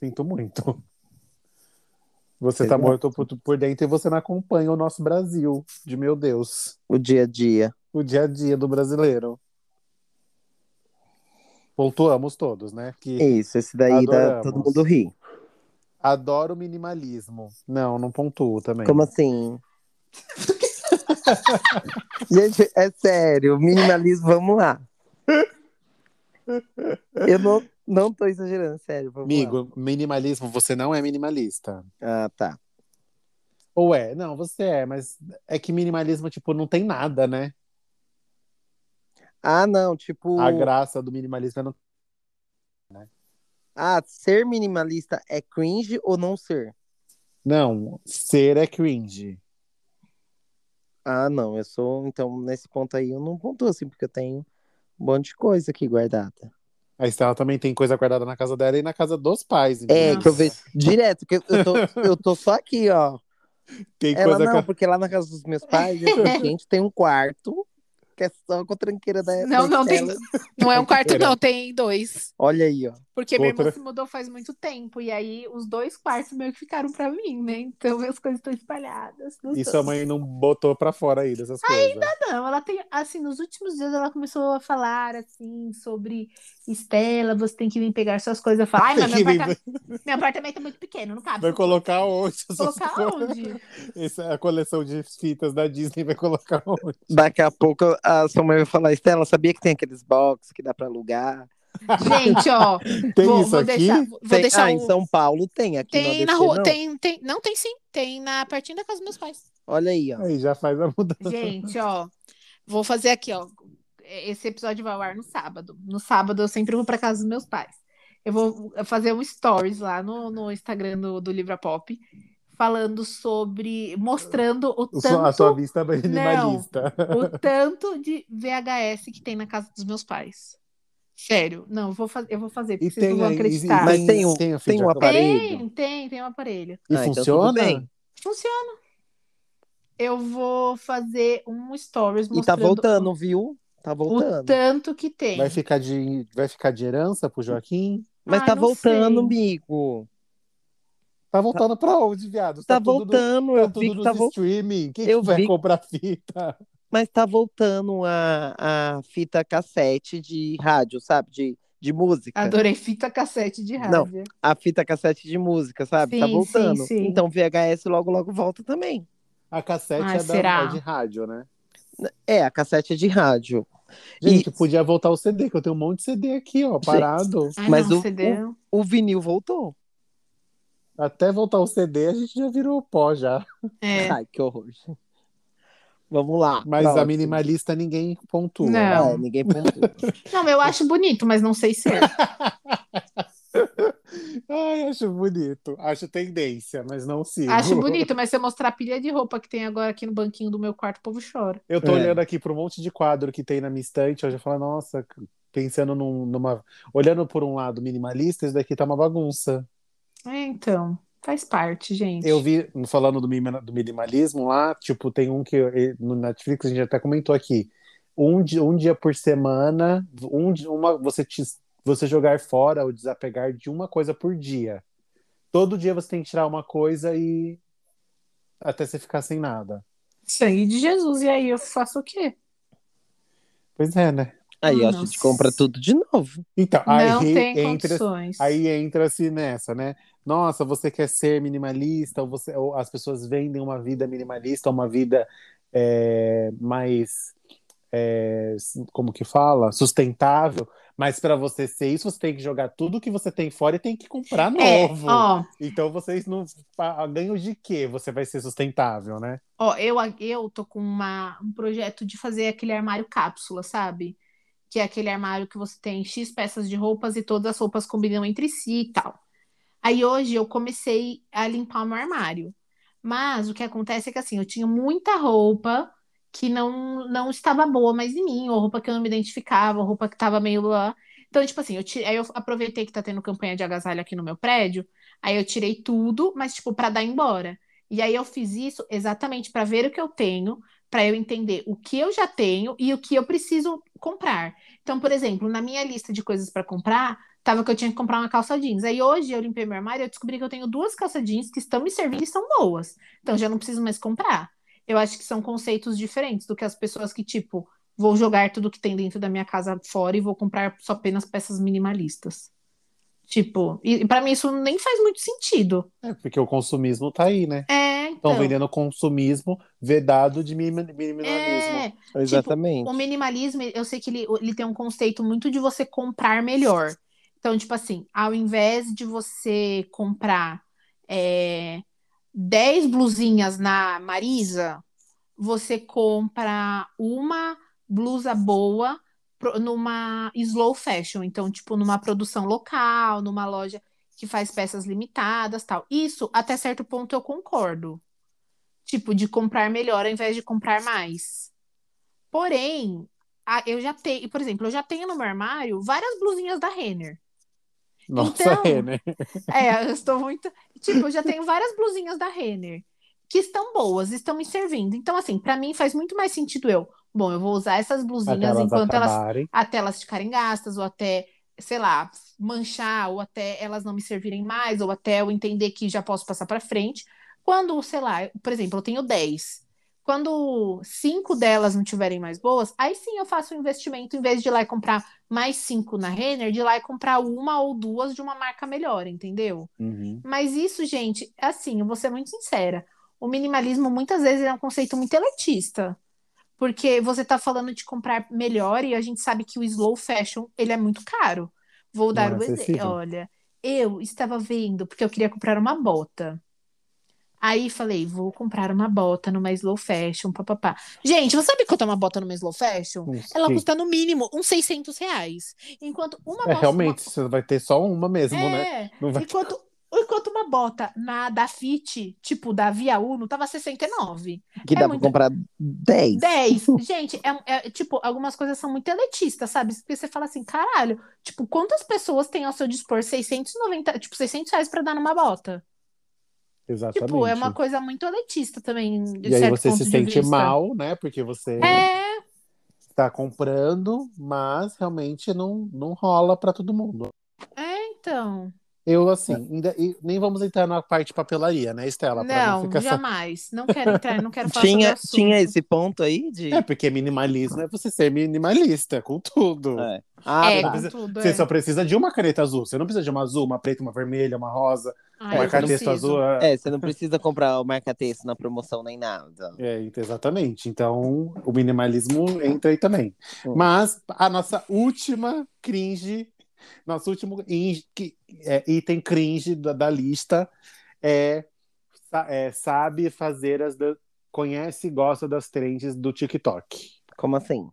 S2: Sinto muito. Você tá
S1: Exato.
S2: morto por- por dentro e você não acompanha o nosso Brasil, de meu Deus.
S1: O dia a dia.
S2: O dia a dia do brasileiro. Pontuamos todos, né? Que
S1: É Isso, esse daí dá,
S2: Adoramos.
S1: todo mundo ri.
S2: adoro minimalismo. Não, não pontuo também.
S1: Como assim? Gente, é sério, minimalismo, vamos lá. Eu não, não tô exagerando, sério. Vamos lá.
S2: Amigo, minimalismo, você não é minimalista.
S1: Ah, tá.
S2: Ou é? Não, você é, mas é que minimalismo, tipo, não tem nada, né?
S1: Ah, não, tipo.
S2: A graça do minimalismo é não
S1: Ah, ser minimalista é cringe ou não ser?
S2: Não, ser é cringe.
S1: Ah, não, eu sou. Então, nesse ponto aí, eu não pontuo assim, porque eu tenho um monte de coisa aqui guardada.
S2: A Estela também tem coisa guardada na casa dela e na casa dos pais.
S1: É,
S2: entendeu?
S1: que eu vejo direto, que eu eu tô, eu tô só aqui, ó.
S2: Tem
S1: Ela
S2: coisa
S1: não,
S2: ca-
S1: porque lá na casa dos meus pais, eu falei, gente, tem um quarto que é só com a tranqueira da
S3: Não,
S1: da
S3: não, tem-
S1: Estela.
S3: Não é um quarto, não, tem dois.
S1: Olha aí, ó.
S3: Porque minha irmã
S2: Outra.
S3: se mudou faz muito tempo. E aí os dois quartos meio que ficaram pra mim, né? Então as coisas estão espalhadas. não
S2: E
S3: são-
S2: sua mãe não botou pra fora aí dessas coisas.
S3: Não, ela tem. Assim, nos últimos dias ela começou a falar, assim, sobre Estela, você tem que vir pegar suas coisas. Eu falo, ai, mas
S2: Tem
S3: meu
S2: que
S3: apartamento, meu apartamento é muito pequeno, não cabe.
S2: Vai colocar onde? essas
S3: Colocar
S2: coisas?
S3: onde?
S2: Essa é a coleção de fitas da Disney vai colocar onde?
S1: Daqui a pouco a sua mãe vai falar, Estela, sabia que tem aqueles box que dá pra alugar?
S3: Gente, ó.
S2: Tem
S3: vou,
S2: isso
S3: vou
S2: aqui?
S3: deixar. Vou
S1: Tem-
S3: deixar
S1: ah, em
S3: o-
S1: São Paulo tem, aqui no
S3: Tem
S1: ABC,
S3: na rua.
S1: não.
S3: Tem, tem. Não, tem sim. Tem na partinha da casa dos meus pais.
S1: Olha aí, ó. tá
S2: Aí já faz a mudança.
S3: Gente, ó, vou fazer aqui, ó. Esse episódio vai ao ar no sábado. No sábado eu sempre vou para casa dos meus pais. Eu vou fazer um stories lá no, no Instagram do, do Livra Pop, falando sobre, mostrando o
S2: O
S3: tanto,
S2: sua- A sua vista é minimalista.
S3: o tanto de VHS que tem na casa dos meus pais. Sério, não, eu vou, faz, eu vou fazer, porque vocês não vão
S2: aí-
S3: acreditar.
S1: Mas tem um-
S2: a
S1: tem
S2: fita
S1: um
S2: acabada.
S1: aparelho?
S3: Tem, tem, tem um aparelho.
S2: E
S1: Ah, então tudo
S2: funciona?
S1: bem.
S3: Funciona. Eu vou fazer um stories
S1: E tá
S3: mostrando
S1: voltando, viu? Tá
S3: o
S1: voltando.
S3: tanto que tem.
S2: vai, ficar de, vai ficar de herança pro Joaquim?
S1: Mas
S3: Ah,
S1: tá
S3: não
S1: voltando,
S3: sei.
S1: amigo.
S2: Tá voltando pra onde, viado?
S1: Tá,
S2: tudo no-
S1: voltando,
S2: Tá
S1: eu
S2: tudo
S1: vi que
S2: nos
S1: tá voltando.
S2: streaming. Quem
S1: Eu
S2: que vai
S1: vi-
S2: comprar fita?
S1: Mas tá voltando a, a fita cassete de rádio, sabe? De, de música.
S3: Adorei fita cassete de
S1: Não,
S3: rádio.
S1: A fita cassete de música, sabe? tá
S3: Sim,
S1: voltando.
S3: sim, sim.
S1: Então VHS logo, logo volta também.
S2: A cassete
S1: Ah,
S3: Ai,
S2: é, da,
S3: será?
S2: é de rádio, né?
S1: É, a cassete é de rádio.
S2: Gente,
S1: E-
S2: podia voltar o CD, que eu tenho um monte de CD aqui, ó, parado.
S3: Ai,
S1: Mas
S3: Ah, não,
S1: o-
S3: CD.
S1: O vinil voltou.
S2: Até voltar o CD, a gente já virou pó já.
S3: É.
S1: Ai, que horror. Vamos lá.
S2: Mas a
S1: próximo.
S2: minimalista ninguém pontua. né?
S3: Não.
S1: É, ninguém pontua.
S3: Não, eu acho bonito, mas não sei se é.
S2: Ai, acho bonito. Acho tendência, mas não sigo.
S3: acho bonito, mas se eu mostrar a pilha de roupa que tem agora aqui no banquinho do meu quarto, o povo chora.
S2: Eu tô
S1: É.
S2: olhando aqui para um monte de quadro que tem na minha estante, eu já falo, nossa, pensando num- numa. Olhando por um lado minimalista, isso daqui tá uma bagunça.
S3: É, então, faz parte, gente.
S2: Eu vi, falando do, mima- do minimalismo lá, tipo, tem um que eh, no Netflix a gente até comentou aqui. Um, di- um dia por semana, um, di- uma, você, te- você jogar fora ou desapegar de uma coisa por dia. Todo dia você tem que tirar uma coisa e até você ficar sem nada.
S3: Sangue de Jesus, e aí eu faço o quê?
S2: Pois é, né?
S1: Aí ó, a
S3: Nossa.
S1: gente compra tudo de novo.
S2: Então,
S3: não
S2: aí
S3: tem
S2: entra
S3: condições.
S2: Aí entra-se nessa, né? Nossa, você quer ser minimalista, ou, você, ou as pessoas vendem uma vida minimalista, uma vida é, mais, é, como que fala? Sustentável. Mas para você ser isso, você tem que jogar tudo que você tem fora e tem que comprar
S3: É,
S2: novo.
S3: ó,
S2: Então vocês não fa- ganham de quê? Você vai ser sustentável, né?
S3: Ó, eu, eu tô com uma, um projeto de fazer aquele armário cápsula, sabe? Que é aquele armário que você tem X peças de roupas e todas as roupas combinam entre si e tal. Aí hoje eu comecei a limpar o meu armário. Mas o que acontece é que assim, eu tinha muita roupa que não, não estava boa mais em mim, ou roupa que eu não me identificava, ou roupa que estava meio lá. Então, tipo assim, eu, ti- aí eu aproveitei que tá tendo campanha de agasalho aqui no meu prédio, aí eu tirei tudo, mas tipo, pra dar embora. E aí eu fiz isso exatamente para ver o que eu tenho, para eu entender o que eu já tenho e o que eu preciso comprar. Então, por exemplo, na minha lista de coisas para comprar, tava que eu tinha que comprar uma calça jeans. Aí hoje eu limpei meu armário e eu descobri que eu tenho duas calça jeans que estão me servindo e são boas. Então já não preciso mais comprar. Eu acho que são conceitos diferentes do que as pessoas que, tipo, vou jogar tudo que tem dentro da minha casa fora e vou comprar só apenas peças minimalistas. Tipo, e para mim isso nem faz muito sentido.
S2: É, porque o consumismo tá aí, né?
S3: É, então.
S2: Estão vendendo consumismo vedado de mini- minimalismo.
S3: É,
S1: Exatamente.
S3: O minimalismo, eu sei que ele, ele tem um conceito muito de você comprar melhor. Então, tipo assim, ao invés de você comprar é, 10 blusinhas na Marisa, você compra uma blusa boa pro- numa slow fashion. Então, tipo, numa produção local, numa loja que faz peças limitadas, tal. Isso, até certo ponto, eu concordo. Tipo, de comprar melhor ao invés de comprar mais. Porém, a- eu já tenho, por exemplo, eu já tenho no meu armário várias blusinhas da Renner.
S2: Nossa,
S3: Então,
S2: é, né?
S3: É, eu estou muito. Tipo, eu já tenho várias blusinhas da Renner que estão boas, estão me servindo. Então, assim, pra mim faz muito mais sentido eu. Bom, eu vou usar essas
S2: Até
S3: blusinhas
S2: elas
S3: né, enquanto elas
S2: acabarem.
S3: até elas ficarem gastas, ou até, sei lá, manchar, ou até elas não me servirem mais, ou até eu entender que já posso passar para frente. Quando, sei lá, por exemplo, eu tenho 10. Quando cinco delas não tiverem mais boas, aí sim eu faço um investimento, em vez de ir lá e comprar mais cinco na Renner, de ir lá e comprar uma ou duas de uma marca melhor, entendeu?
S2: Uhum.
S3: Mas isso, gente, é assim, eu vou ser muito sincera. O minimalismo muitas vezes é um conceito muito elitista, porque você tá falando de comprar melhor e a gente sabe que o slow fashion, ele é muito caro. Vou dar
S2: é
S3: um exemplo.
S2: acessível.
S3: Olha, eu estava vendo porque eu queria comprar uma bota. Aí falei, vou comprar uma bota numa slow fashion, papapá. Gente, você sabe quanto é uma bota numa slow fashion?
S2: Não
S3: Ela
S2: sei.
S3: custa no mínimo uns 600 reais. Enquanto uma
S2: É,
S3: bota,
S2: realmente, você vai ter só uma mesmo, né?
S3: é,
S2: Não vai-
S3: enquanto, enquanto uma bota na da Fit, tipo da Via Uno, tava 69.
S1: Que
S3: é
S1: dá
S3: muito-
S1: pra comprar 10.
S3: 10. Gente, é, é, tipo, algumas coisas são muito elitistas, sabe? Porque você fala assim, caralho, tipo, quantas pessoas têm ao seu dispor 690, tipo, 600 reais pra dar numa bota?
S2: Exatamente.
S3: Tipo, é uma coisa muito elitista também, de
S2: E aí
S3: certo
S2: você
S3: ponto
S2: se
S3: de
S2: sente
S3: vista.
S2: mal, né? Porque você
S3: É,
S2: está comprando, mas realmente não, não rola para todo mundo.
S3: é, então.
S2: Eu, assim, ainda, e nem vamos entrar na parte de papelaria, né, Estela? Pra
S3: não,
S2: ficar só-
S3: jamais. Não quero entrar, não quero falar sobre o
S1: Tinha,
S3: assunto.
S1: tinha esse ponto aí de.
S2: É, porque minimalismo é você ser minimalista com tudo.
S1: É. Ah,
S3: É,
S1: tá.
S3: com tudo,
S2: Você
S3: é.
S2: só precisa de uma caneta azul. Você não precisa de uma azul, uma preta, uma vermelha, uma rosa,
S3: é. Ai,
S2: uma
S3: Ah, eu
S2: cartexto
S3: preciso.
S2: azul. é-
S1: É, você não precisa comprar o marca-texto na promoção nem nada.
S2: É, ent- exatamente. Então, o minimalismo entra aí também.
S1: Hum.
S2: Mas a nossa última cringe, nosso último in- que- é, item cringe da, da lista é, sa- é, sabe fazer as da- conhece e gosta das trends do TikTok.
S1: Como assim?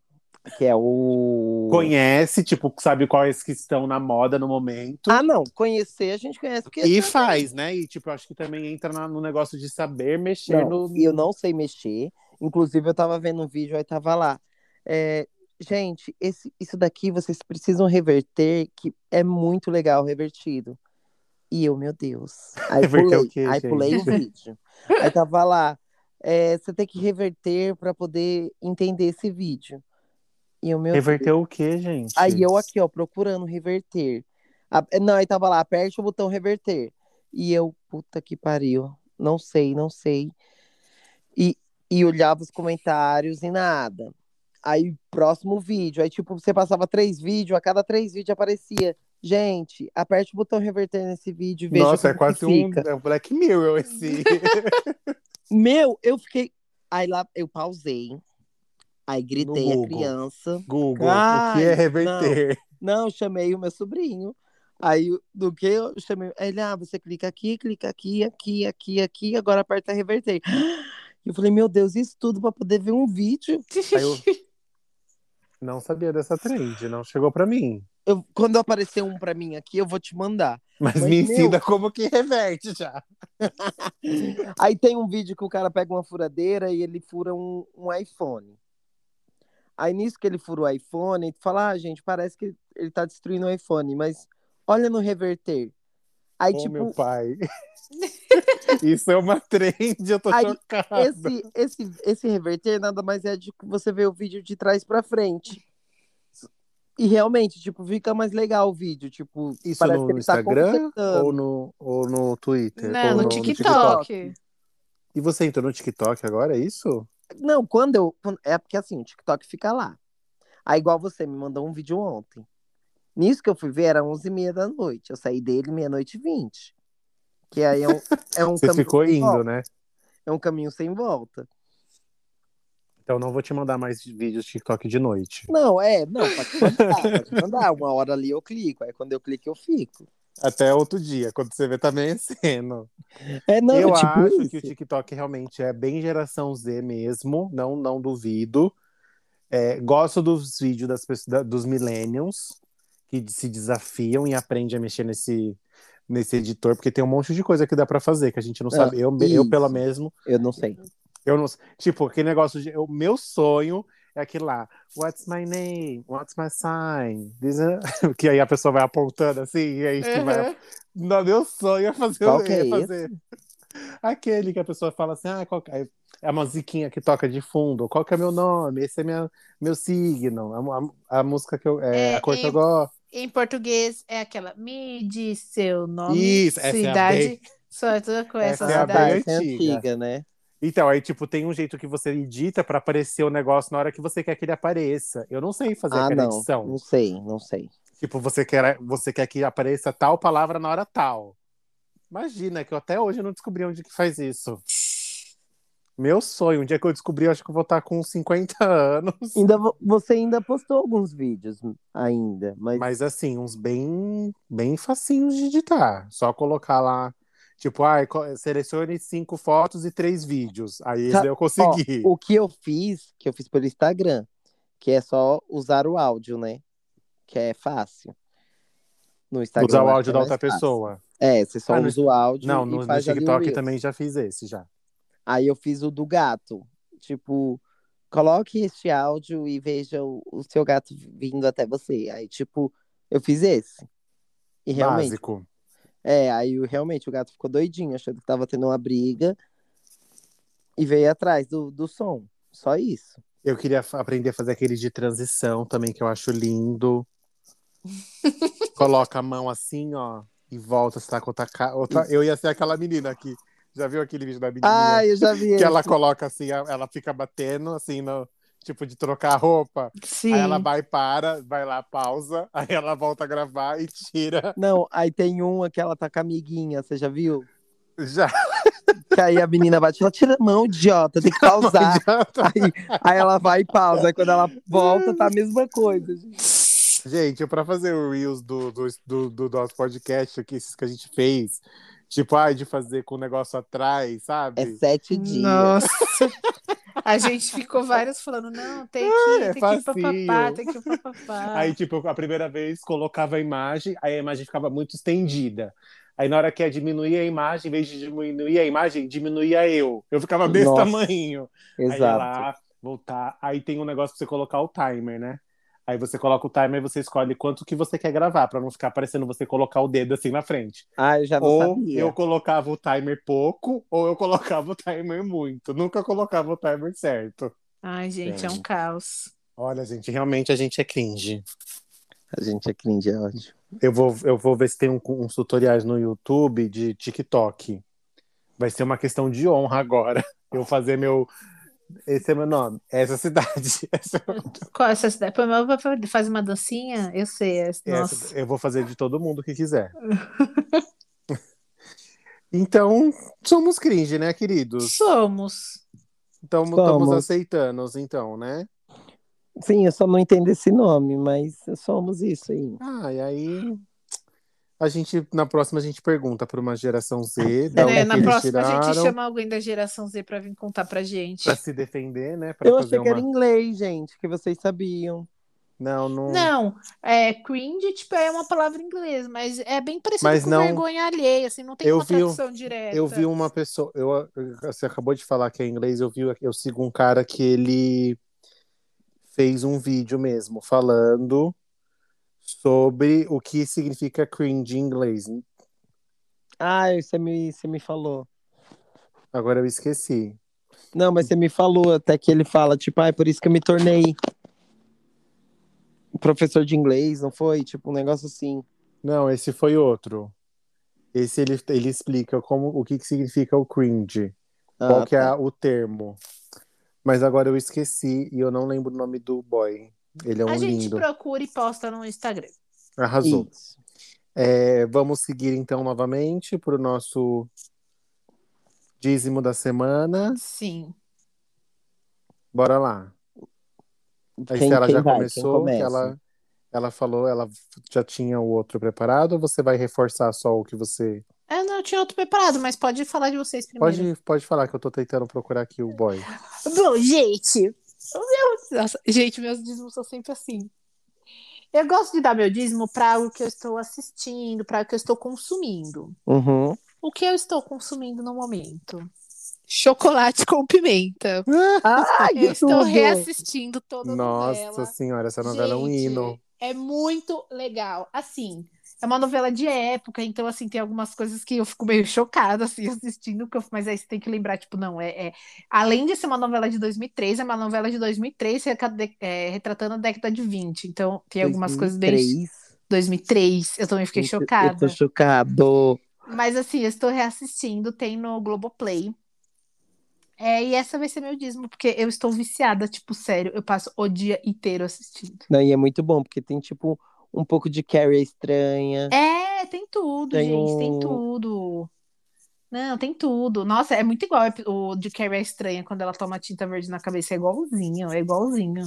S1: Que é o.
S2: Conhece, tipo, sabe quais que estão na moda no momento.
S1: Ah, não. Conhecer a gente conhece porque.
S2: E faz, né? E tipo, eu acho que também entra na- no negócio de saber mexer
S1: Não,
S2: no.
S1: e eu não sei mexer. Inclusive, eu tava vendo um vídeo, aí tava lá. é, gente, esse, isso daqui vocês precisam reverter, que é muito legal revertido. E eu, meu Deus. Aí
S2: Reverter o
S1: pulei,
S2: quê,
S1: aí
S2: gente?
S1: pulei o vídeo. Aí tava lá. é, você tem que reverter pra poder entender esse vídeo. E eu, meu Deus.
S2: Reverter o quê, gente?
S1: Aí eu aqui, ó, procurando reverter. A- eh, não, aí tava lá, aperte o botão reverter. E eu, puta que pariu. Não sei, não sei. E, e olhava os comentários e nada. Aí, próximo vídeo. Aí, tipo, você passava três vídeos, a cada três vídeos aparecia. Gente, aperte o botão reverter nesse vídeo e veja
S2: Nossa, é
S1: como que
S2: quase um,
S1: fica.
S2: é um Black Mirror esse.
S1: Meu, eu fiquei... Aí lá, eu pausei. Aí gritei a
S2: Google.
S1: criança.
S2: Google, o
S1: Ai,
S2: que é reverter?
S1: Não, eu chamei o meu sobrinho. Aí, do que eu chamei? Ele, ah, você clica aqui, clica aqui, aqui, aqui, aqui, agora aperta reverter. Eu falei, meu Deus, isso tudo pra poder ver um vídeo.
S2: Aí eu- Não sabia dessa trend, não chegou pra mim.
S1: Eu, quando aparecer um pra mim aqui, eu vou te mandar.
S2: Mas,
S1: Mas,
S2: me
S1: meu-
S2: ensina como que reverte já.
S1: Aí tem um vídeo que o cara pega uma furadeira e ele fura um, um iPhone. Aí nisso que ele fura o iPhone, tu fala, ah, gente, parece que ele tá destruindo o iPhone, mas olha no reverter. Aí,
S2: Ô,
S1: tipo,
S2: Oh, meu pai. Isso é uma trend, eu tô
S1: Aí,
S2: chocada.
S1: esse, esse, esse reverter nada mais é de que você vê o vídeo de trás pra frente. E realmente, tipo, fica mais legal o vídeo. Tipo,
S2: Isso
S1: parece
S2: no
S1: que ele tá
S2: Instagram
S1: consertando.
S2: ou no, ou no Twitter?
S3: Não,
S2: ou
S3: no
S1: no
S3: TikTok.
S1: TikTok.
S2: E você entrou no TikTok agora, é isso?
S1: Não, quando eu. quando- É porque assim, o TikTok fica lá. Aí, igual você me mandou um vídeo ontem. Nisso que eu fui ver, era 11h30 da noite. Eu saí dele meia-noite e 20. Que aí é um, é um
S2: Você
S1: caminho
S2: ficou
S1: sem
S2: indo,
S1: volta,
S2: né?
S1: É um caminho sem volta.
S2: Então não vou te mandar mais vídeos TikTok de noite.
S1: Não, é, não, pode mandar, pode mandar. Uma hora ali eu clico. Aí quando eu clico, eu fico.
S2: Até outro dia, quando você vê tá amanhecendo.
S1: É, não,
S2: eu
S1: tipo
S2: acho que o
S1: isso.
S2: TikTok realmente é bem geração Z mesmo, não, não duvido. É, gosto dos vídeos das pessoas, da- dos millennials que se desafiam e aprendem a mexer nesse, nesse editor, porque tem um monte de coisa que dá pra fazer que a gente não
S1: Ah,
S2: sabe. Eu, eu
S1: isso.
S2: pelo mesmo,
S1: Eu não sei.
S2: Eu não. Tipo, aquele negócio de. O meu sonho é aquele lá. What's my name? What's my sign? This is-" Que aí a pessoa vai apontando assim, e aí
S1: É.
S2: tu vai.
S3: Uhum.
S2: Não, meu sonho é fazer,
S1: Qual que
S2: é
S1: é
S2: fazer. Aquele que a pessoa fala assim, ah, qual que- aí é uma musiquinha que toca de fundo, qual que é meu nome? Esse é minha, meu signo, É a, a- a música que eu. É,
S3: É,
S2: a cor que
S3: em-
S2: eu gosto.
S3: Em português é aquela. Me diz seu nome,
S2: Isso,
S3: sua
S2: essa é a
S3: idade.
S2: bem-
S3: Só tudo com
S2: essa
S3: essa,
S2: é a
S1: tá,
S2: bem
S3: idade.
S1: essa é
S2: antiga.
S1: antiga, né?
S2: Então, aí, tipo, tem um jeito que você edita pra aparecer o negócio na hora que você quer que ele apareça. Eu não sei fazer
S1: Ah,
S2: aquela
S1: não.
S2: edição.
S1: Não sei, não sei.
S2: Tipo, você quer, você quer que apareça tal palavra na hora tal. Imagina, que eu até hoje não descobri onde que faz isso. Meu sonho, um dia que eu descobri, eu acho que eu vou estar com 50 anos.
S1: Ainda, vo- você ainda postou alguns vídeos ainda, mas,
S2: Mas assim, uns bem, bem facinhos de editar. Só colocar lá, tipo, ai, co- selecione cinco fotos e três vídeos. Aí esse
S1: Tá,
S2: daí eu consegui.
S1: o que eu fiz, que eu fiz pelo Instagram, que é só usar o áudio, né? Que é fácil. No Instagram.
S2: Usar
S1: eu
S2: o
S1: acho
S2: áudio
S1: que
S2: da
S1: é
S2: outra
S1: mais fácil.
S2: pessoa.
S1: É, você só
S2: Ah, no-
S1: usa o áudio
S2: Não,
S1: e
S2: no, no
S1: faz ali o
S2: TikTok
S1: Reels.
S2: também já fiz esse já.
S1: Aí eu fiz o do gato. Tipo, coloque este áudio e veja o, o seu gato vindo até você. Aí, tipo, eu fiz esse. E realmente,
S2: Básico.
S1: é, aí o- realmente o gato ficou doidinho, achando que tava tendo uma briga. E veio atrás do, do som. Só isso.
S2: Eu queria f- aprender a fazer aqueles de transição também, que eu acho lindo. Coloca a mão assim, ó, e volta, se tá com outra cara. Outra... Eu ia ser aquela menina aqui. Já viu aquele vídeo da menininha?
S1: Ah, eu já vi.
S2: que
S1: esse.
S2: ela coloca assim, a- ela fica batendo, assim, no... tipo, de trocar a roupa.
S3: Sim.
S2: Aí ela vai, para, vai lá, pausa. Aí ela volta a gravar e tira.
S1: Não, aí tem uma que ela tá com a amiguinha, você já viu?
S2: Já.
S1: Que aí a menina bate e fala, tira a mão, idiota, tem que pausar.
S2: adianta.
S1: Aí, aí ela vai e pausa. Aí quando ela volta, tá a mesma coisa. gente.
S2: Gente, pra fazer o Reels do, do, do, do nosso podcast aqui, esses que a gente fez, tipo, ai, de fazer com o negócio atrás, sabe?
S1: É sete dias.
S3: Nossa. A gente ficou vários falando, não, tem que,
S2: é
S3: tem que
S2: facinho.
S3: papapá, tem que papapá.
S2: Aí, tipo, a primeira vez colocava a imagem, aí a imagem ficava muito estendida. Aí na hora que ia diminuir a imagem, em vez de diminuir a imagem, diminuía eu. Eu ficava desse
S1: Nossa.
S2: tamanho. Aí ia
S1: Exato.
S2: lá, voltar. Aí tem um negócio pra você colocar o timer, né? Aí você coloca o timer e você escolhe quanto que você quer gravar, pra não ficar parecendo você colocar o dedo assim na frente.
S1: Ah, eu já não
S2: Ou
S1: sabia.
S2: eu colocava o timer pouco, ou eu colocava o timer muito. Nunca colocava o timer certo.
S3: Ai, gente, é um
S2: Sim.
S3: caos.
S2: Olha, gente, realmente a gente é cringe.
S1: A gente é cringe, é ótimo.
S2: Eu vou, eu vou ver se tem um- uns tutoriais no YouTube de TikTok. Vai ser uma questão de honra agora. Eu fazer meu, Esse é meu nome. Essa cidade. Essa,
S3: Qual é essa cidade? Põe meu faz uma dancinha? Eu sei. é-
S2: essa-
S3: Nossa.
S2: eu vou fazer de todo mundo que quiser. então, somos cringe, né, queridos?
S3: Somos.
S2: Então, estamos
S1: Somos.
S2: aceitando, então, né?
S1: Sim, eu só não entendo esse nome, mas somos isso aí.
S2: Ah, e aí. A gente, na próxima, a gente pergunta para uma geração Z. Da
S3: Né,
S2: onde
S3: Na
S2: eles
S3: próxima a gente
S2: tiraram,
S3: chama alguém da geração Z pra vir contar pra gente.
S2: Pra se defender, né? Pra
S1: Eu
S2: fazer
S1: achei que
S2: uma...
S1: era inglês, gente, que vocês sabiam.
S2: Não, não.
S3: Não, é, cringe tipo, é uma palavra em inglês, mas é bem parecido
S2: Mas
S3: com
S2: não-
S3: vergonha alheia, assim, não tem
S2: Eu
S3: uma
S2: vi um-
S3: tradução direta.
S2: Eu vi uma pessoa. Eu, você acabou de falar que é inglês, eu vi, eu sigo um cara que ele fez um vídeo mesmo falando sobre o que significa cringe em inglês.
S1: Ah, você me, você me falou.
S2: Agora eu esqueci.
S1: Não, mas você me falou até que ele fala, tipo, ah, é por isso que eu me tornei professor de inglês, não foi? Tipo, um negócio assim.
S2: Não, esse foi outro. Esse ele, ele explica como, o que, que significa o cringe,
S1: Ah,
S2: qual que é
S1: tá.
S2: a- o termo. Mas agora eu esqueci e eu não lembro o nome do boy. Ele é um
S3: A gente
S2: lindo.
S3: procura e posta no Instagram.
S2: Arrasou.
S1: Isso.
S2: É, vamos seguir então novamente para o nosso dízimo da semana.
S3: Sim.
S2: Bora lá. A
S1: Quem-
S2: Estela
S1: quem
S2: já
S1: vai? Quem
S2: começou, que
S1: começa?
S2: ela, ela falou, ela já tinha o outro preparado, ou você vai reforçar só o que você.
S3: Ah, não, eu tinha outro preparado, mas pode falar de vocês primeiro.
S2: Pode, pode falar que eu tô tentando procurar aqui o boy.
S3: Bom, gente, o meu- nossa, gente, meus dízimos são sempre assim. Eu gosto de dar meu dízimo para o que eu estou assistindo, para o que eu estou consumindo.
S1: Uhum.
S3: O que eu estou consumindo no momento? Chocolate com pimenta.
S1: Ai,
S3: Eu estou
S1: Ah, tudo!
S3: reassistindo toda a
S2: Nossa
S3: novela.
S2: senhora, essa novela é um
S3: Gente,
S2: hino.
S3: É muito legal. Assim, é uma novela de época, então assim, tem algumas coisas que eu fico meio chocada assim assistindo, que eu- mas aí você tem que lembrar, tipo, não, é, é- além de ser uma novela de 2003, é uma novela de 2003 reca- de- é, retratando a década de 20. Então, tem algumas coisas bem
S1: 2003.
S3: 2003, eu também fiquei
S1: Eu tô- Eu
S3: chocada.
S1: tô chocado.
S3: Mas assim, eu estou reassistindo, tem no Globoplay. É, e essa vai ser meu dízimo, porque eu estou viciada, tipo, sério, eu passo o dia inteiro assistindo.
S1: Não, e é muito bom, porque tem, tipo, um pouco de Carrie a estranha.
S3: É, tem tudo,
S1: Tem
S3: gente, tem
S1: um-
S3: tudo. Não, tem tudo. Nossa, é muito igual o de Carrie a Estranha, quando ela toma tinta verde na cabeça. É igualzinho, é igualzinho.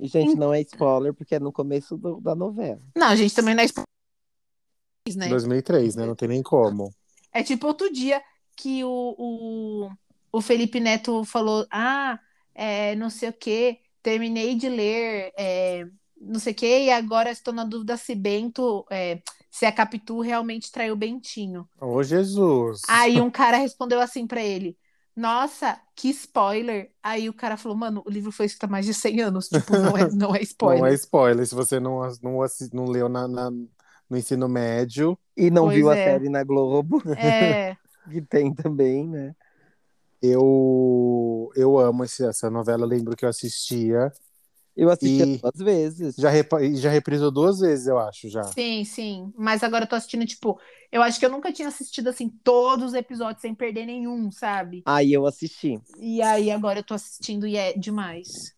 S1: E, gente,
S3: Então
S1: não é spoiler, porque é no começo do- da novela.
S3: Não, gente, também não é spoiler, né?
S2: 2003, né? Não tem nem como.
S3: É tipo outro dia que o, o, o Felipe Neto falou: Ah, é, não sei o quê, terminei de ler, é, não sei o quê, e agora estou na dúvida se Bento, é, se a Capitu realmente traiu Bentinho.
S2: Ô, Jesus!
S3: Aí um cara respondeu assim pra ele. Nossa, que spoiler! Aí o cara falou, mano, o livro foi escrito há mais de 100 anos, tipo, não é, não é spoiler.
S2: Não é spoiler. Se você não, as- não, assi- não leu na- na- no ensino médio,
S1: E não
S3: Pois
S1: viu a
S3: é.
S1: série na Globo,
S3: É,
S1: que tem também, né?
S2: eu, eu amo esse- essa novela. Eu lembro que eu assistia.
S1: Eu assisti
S2: E-
S1: duas vezes.
S2: Já, repa- e já reprisou duas vezes, eu acho, já.
S3: Sim, sim. Mas agora eu tô assistindo, tipo, eu acho que eu nunca tinha assistido assim todos os episódios sem perder nenhum, sabe?
S1: Aí eu assisti.
S3: E aí agora eu tô assistindo e é demais.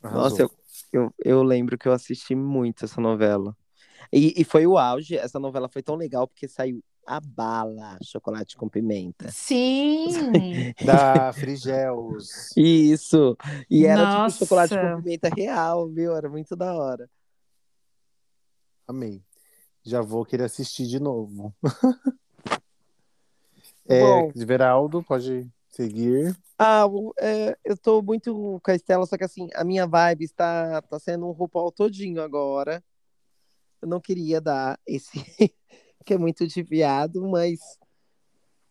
S2: Arrasou.
S1: Nossa, eu, eu, eu lembro que eu assisti muito essa novela. E, e foi o auge, essa novela foi tão legal, porque saiu a bala, chocolate com pimenta.
S3: Sim!
S2: Da Frigels.
S1: Isso! E era
S3: Nossa.
S1: tipo chocolate com pimenta real, viu? Era muito da hora.
S2: Amei. Já vou querer assistir de novo. É,
S1: Bom.
S2: Veraldo, pode seguir.
S1: Ah, o- é, eu tô muito com a Estela, só que assim, a minha vibe está tá sendo um RuPaul todinho agora. Eu não queria dar esse, que é muito de viado, mas,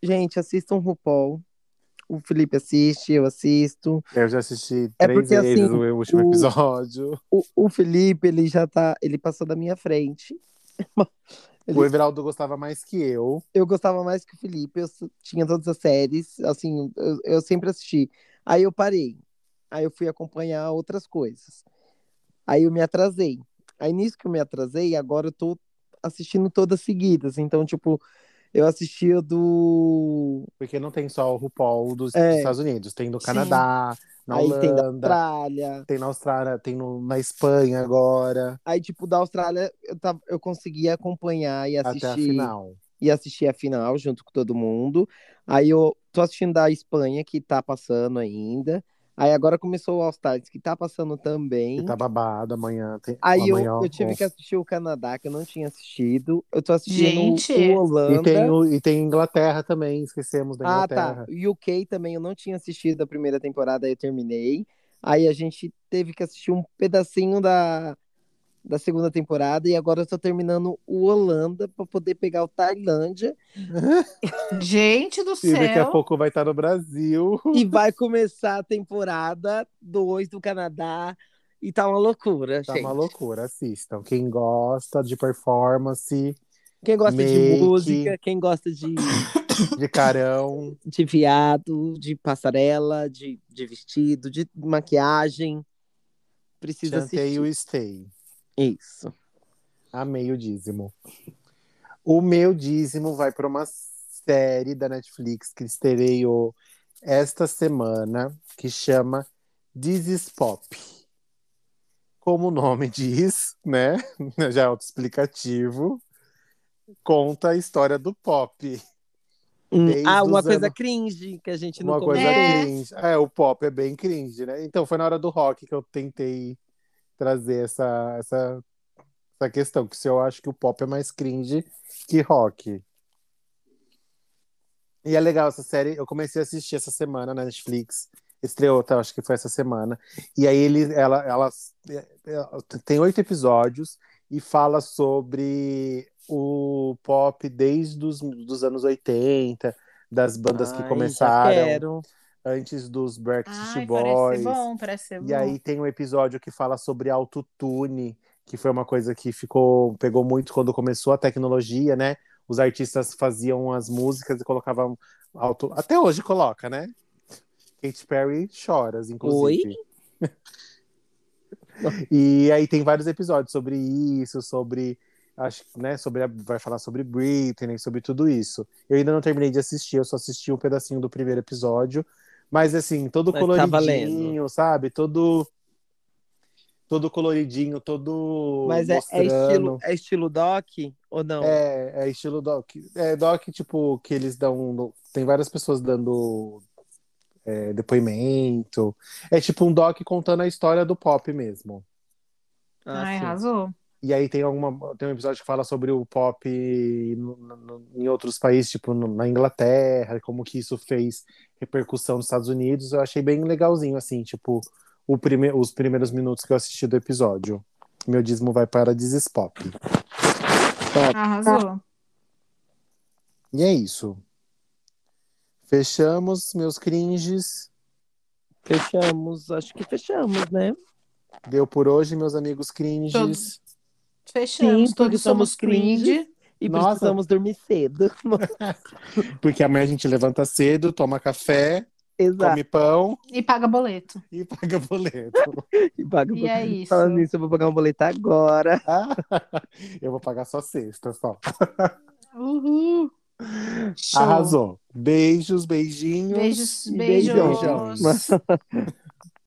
S1: gente, assistam um RuPaul. O Felipe assiste, eu assisto.
S2: Eu já assisti
S1: É
S2: três
S1: porque,
S2: vezes
S1: assim,
S2: o último
S1: o-
S2: episódio.
S1: O, o Felipe, ele já tá, ele passou da minha frente. Ele-
S2: O Everaldo gostava mais que eu.
S1: Eu gostava mais que o Felipe, eu s- tinha todas as séries, assim, eu, eu sempre assisti. Aí eu parei, aí eu fui acompanhar outras coisas. Aí eu me atrasei. Aí nisso que eu me atrasei, agora eu tô assistindo todas seguidas. Então, tipo, eu assistia do.
S2: Porque não tem só o RuPaul dos,
S1: É.
S2: dos Estados Unidos, tem do
S3: Sim.
S2: Canadá, Na
S1: aí tem da
S2: Holanda,
S1: Austrália.
S2: tem na Austrália, tem no- na Espanha agora,
S1: Aí, tipo, da Austrália eu, tava, eu consegui acompanhar e
S2: até a
S1: assistir.
S2: final.
S1: E assistir a final junto com todo mundo. Aí eu tô assistindo da Espanha, que tá passando ainda. Aí agora começou o All Stars, que tá passando também.
S2: E tá babado amanhã. Tem,
S1: Aí eu,
S2: amanhã, é um ó,
S1: eu tive que
S2: ó.
S1: assistir o Canadá, que eu não tinha assistido. Eu tô assistindo
S3: Gente!
S1: o Holanda.
S2: E tem, o- e tem Inglaterra também, esquecemos da
S1: Ah, tá.
S2: Inglaterra.
S1: O UK também eu não tinha assistido a primeira temporada, aí eu terminei. Aí a gente teve que assistir um pedacinho da, da segunda temporada e agora eu tô terminando o Holanda pra poder pegar o Tailândia
S3: Gente do
S2: E daqui a
S3: céu!
S2: pouco vai estar no Brasil.
S1: e vai começar a temporada 2 do Canadá e tá uma loucura,
S2: Tá
S1: gente.
S2: uma loucura, assistam. Quem gosta de performance,
S1: Quem gosta
S2: Make.
S1: de música, quem gosta de,
S2: de carão,
S1: de viado, de passarela, de, de vestido, de maquiagem, precisa
S2: chantei
S1: assistir.
S2: o stay.
S1: Isso.
S2: Amei o dízimo. O meu dízimo vai para uma série da Netflix que estreou esta semana, que chama This is Pop. Como o nome diz, né? Já é autoexplicativo. Conta a história do pop.
S1: Hum,
S2: Desde
S1: ah, uma
S2: os
S1: coisa
S2: anos-
S1: cringe que a gente não
S2: Uma coisa
S1: comentou.
S3: É.
S2: cringe. É, o pop é bem cringe, né? Então foi na hora do rock que eu tentei trazer essa, essa, essa questão, que se eu acho que o pop é mais cringe que rock. E é legal essa série, eu comecei a assistir essa semana na Netflix. Estreou, tá, acho que foi essa semana. E aí ele, ela, ela é, tem oito episódios e fala sobre o pop desde os dos anos 80, das bandas
S1: Ai,
S2: que
S1: já
S2: começaram
S1: quero.
S2: antes dos Backstreet
S3: Ai, parece
S2: Boys.
S3: ser bom, parece ser bom.
S2: E aí tem um episódio que fala sobre autotune, que foi uma coisa que ficou pegou muito quando começou a tecnologia, né? Os artistas faziam as músicas e colocavam auto, até hoje coloca, né? Katy Perry choras, inclusive. e aí tem vários episódios sobre isso, sobre acho, né, sobre a- vai falar sobre Britney, sobre tudo isso. Eu ainda não terminei de assistir, eu só assisti um pedacinho do primeiro episódio, mas assim, todo
S1: Mas tá
S2: coloridinho, sabe? Todo todo coloridinho, todo
S1: Mas é, é
S2: mostrando.
S1: estilo, é estilo doc ou não?
S2: É, é estilo doc. É doc, tipo, que eles dão. no- Tem várias pessoas dando é, depoimento. É tipo um doc contando a história do pop mesmo.
S1: Ah,
S3: Ai,
S1: sim.
S3: arrasou.
S2: E aí tem, alguma, tem um episódio que fala sobre o pop no- no- em outros países, tipo no- na Inglaterra, como que isso fez repercussão nos Estados Unidos. Eu achei bem legalzinho, assim, tipo, o prime- os primeiros minutos que eu assisti do episódio. Meu dízimo vai para Dizes Pop.
S3: Arrasou.
S2: E é isso. Fechamos, meus cringes.
S1: Fechamos, acho que fechamos, né?
S2: Deu por hoje, meus amigos cringes.
S3: Todos. Fechamos,
S1: Sim,
S3: todos somos
S1: cringe.
S3: cringe.
S1: E
S2: Nossa.
S1: precisamos dormir cedo.
S2: Porque amanhã a gente levanta cedo, toma café,
S1: Exato.
S2: come pão
S3: E paga boleto.
S2: e paga boleto.
S1: E paga um o
S3: E é
S1: boleto.
S3: isso.
S1: Falando nisso, eu vou pagar um boleto agora.
S2: Eu vou pagar só sexta, só.
S3: Uhul. Show.
S2: Arrasou. Beijos, beijinhos.
S3: Beijos,
S1: E
S3: beijos.
S2: beijão.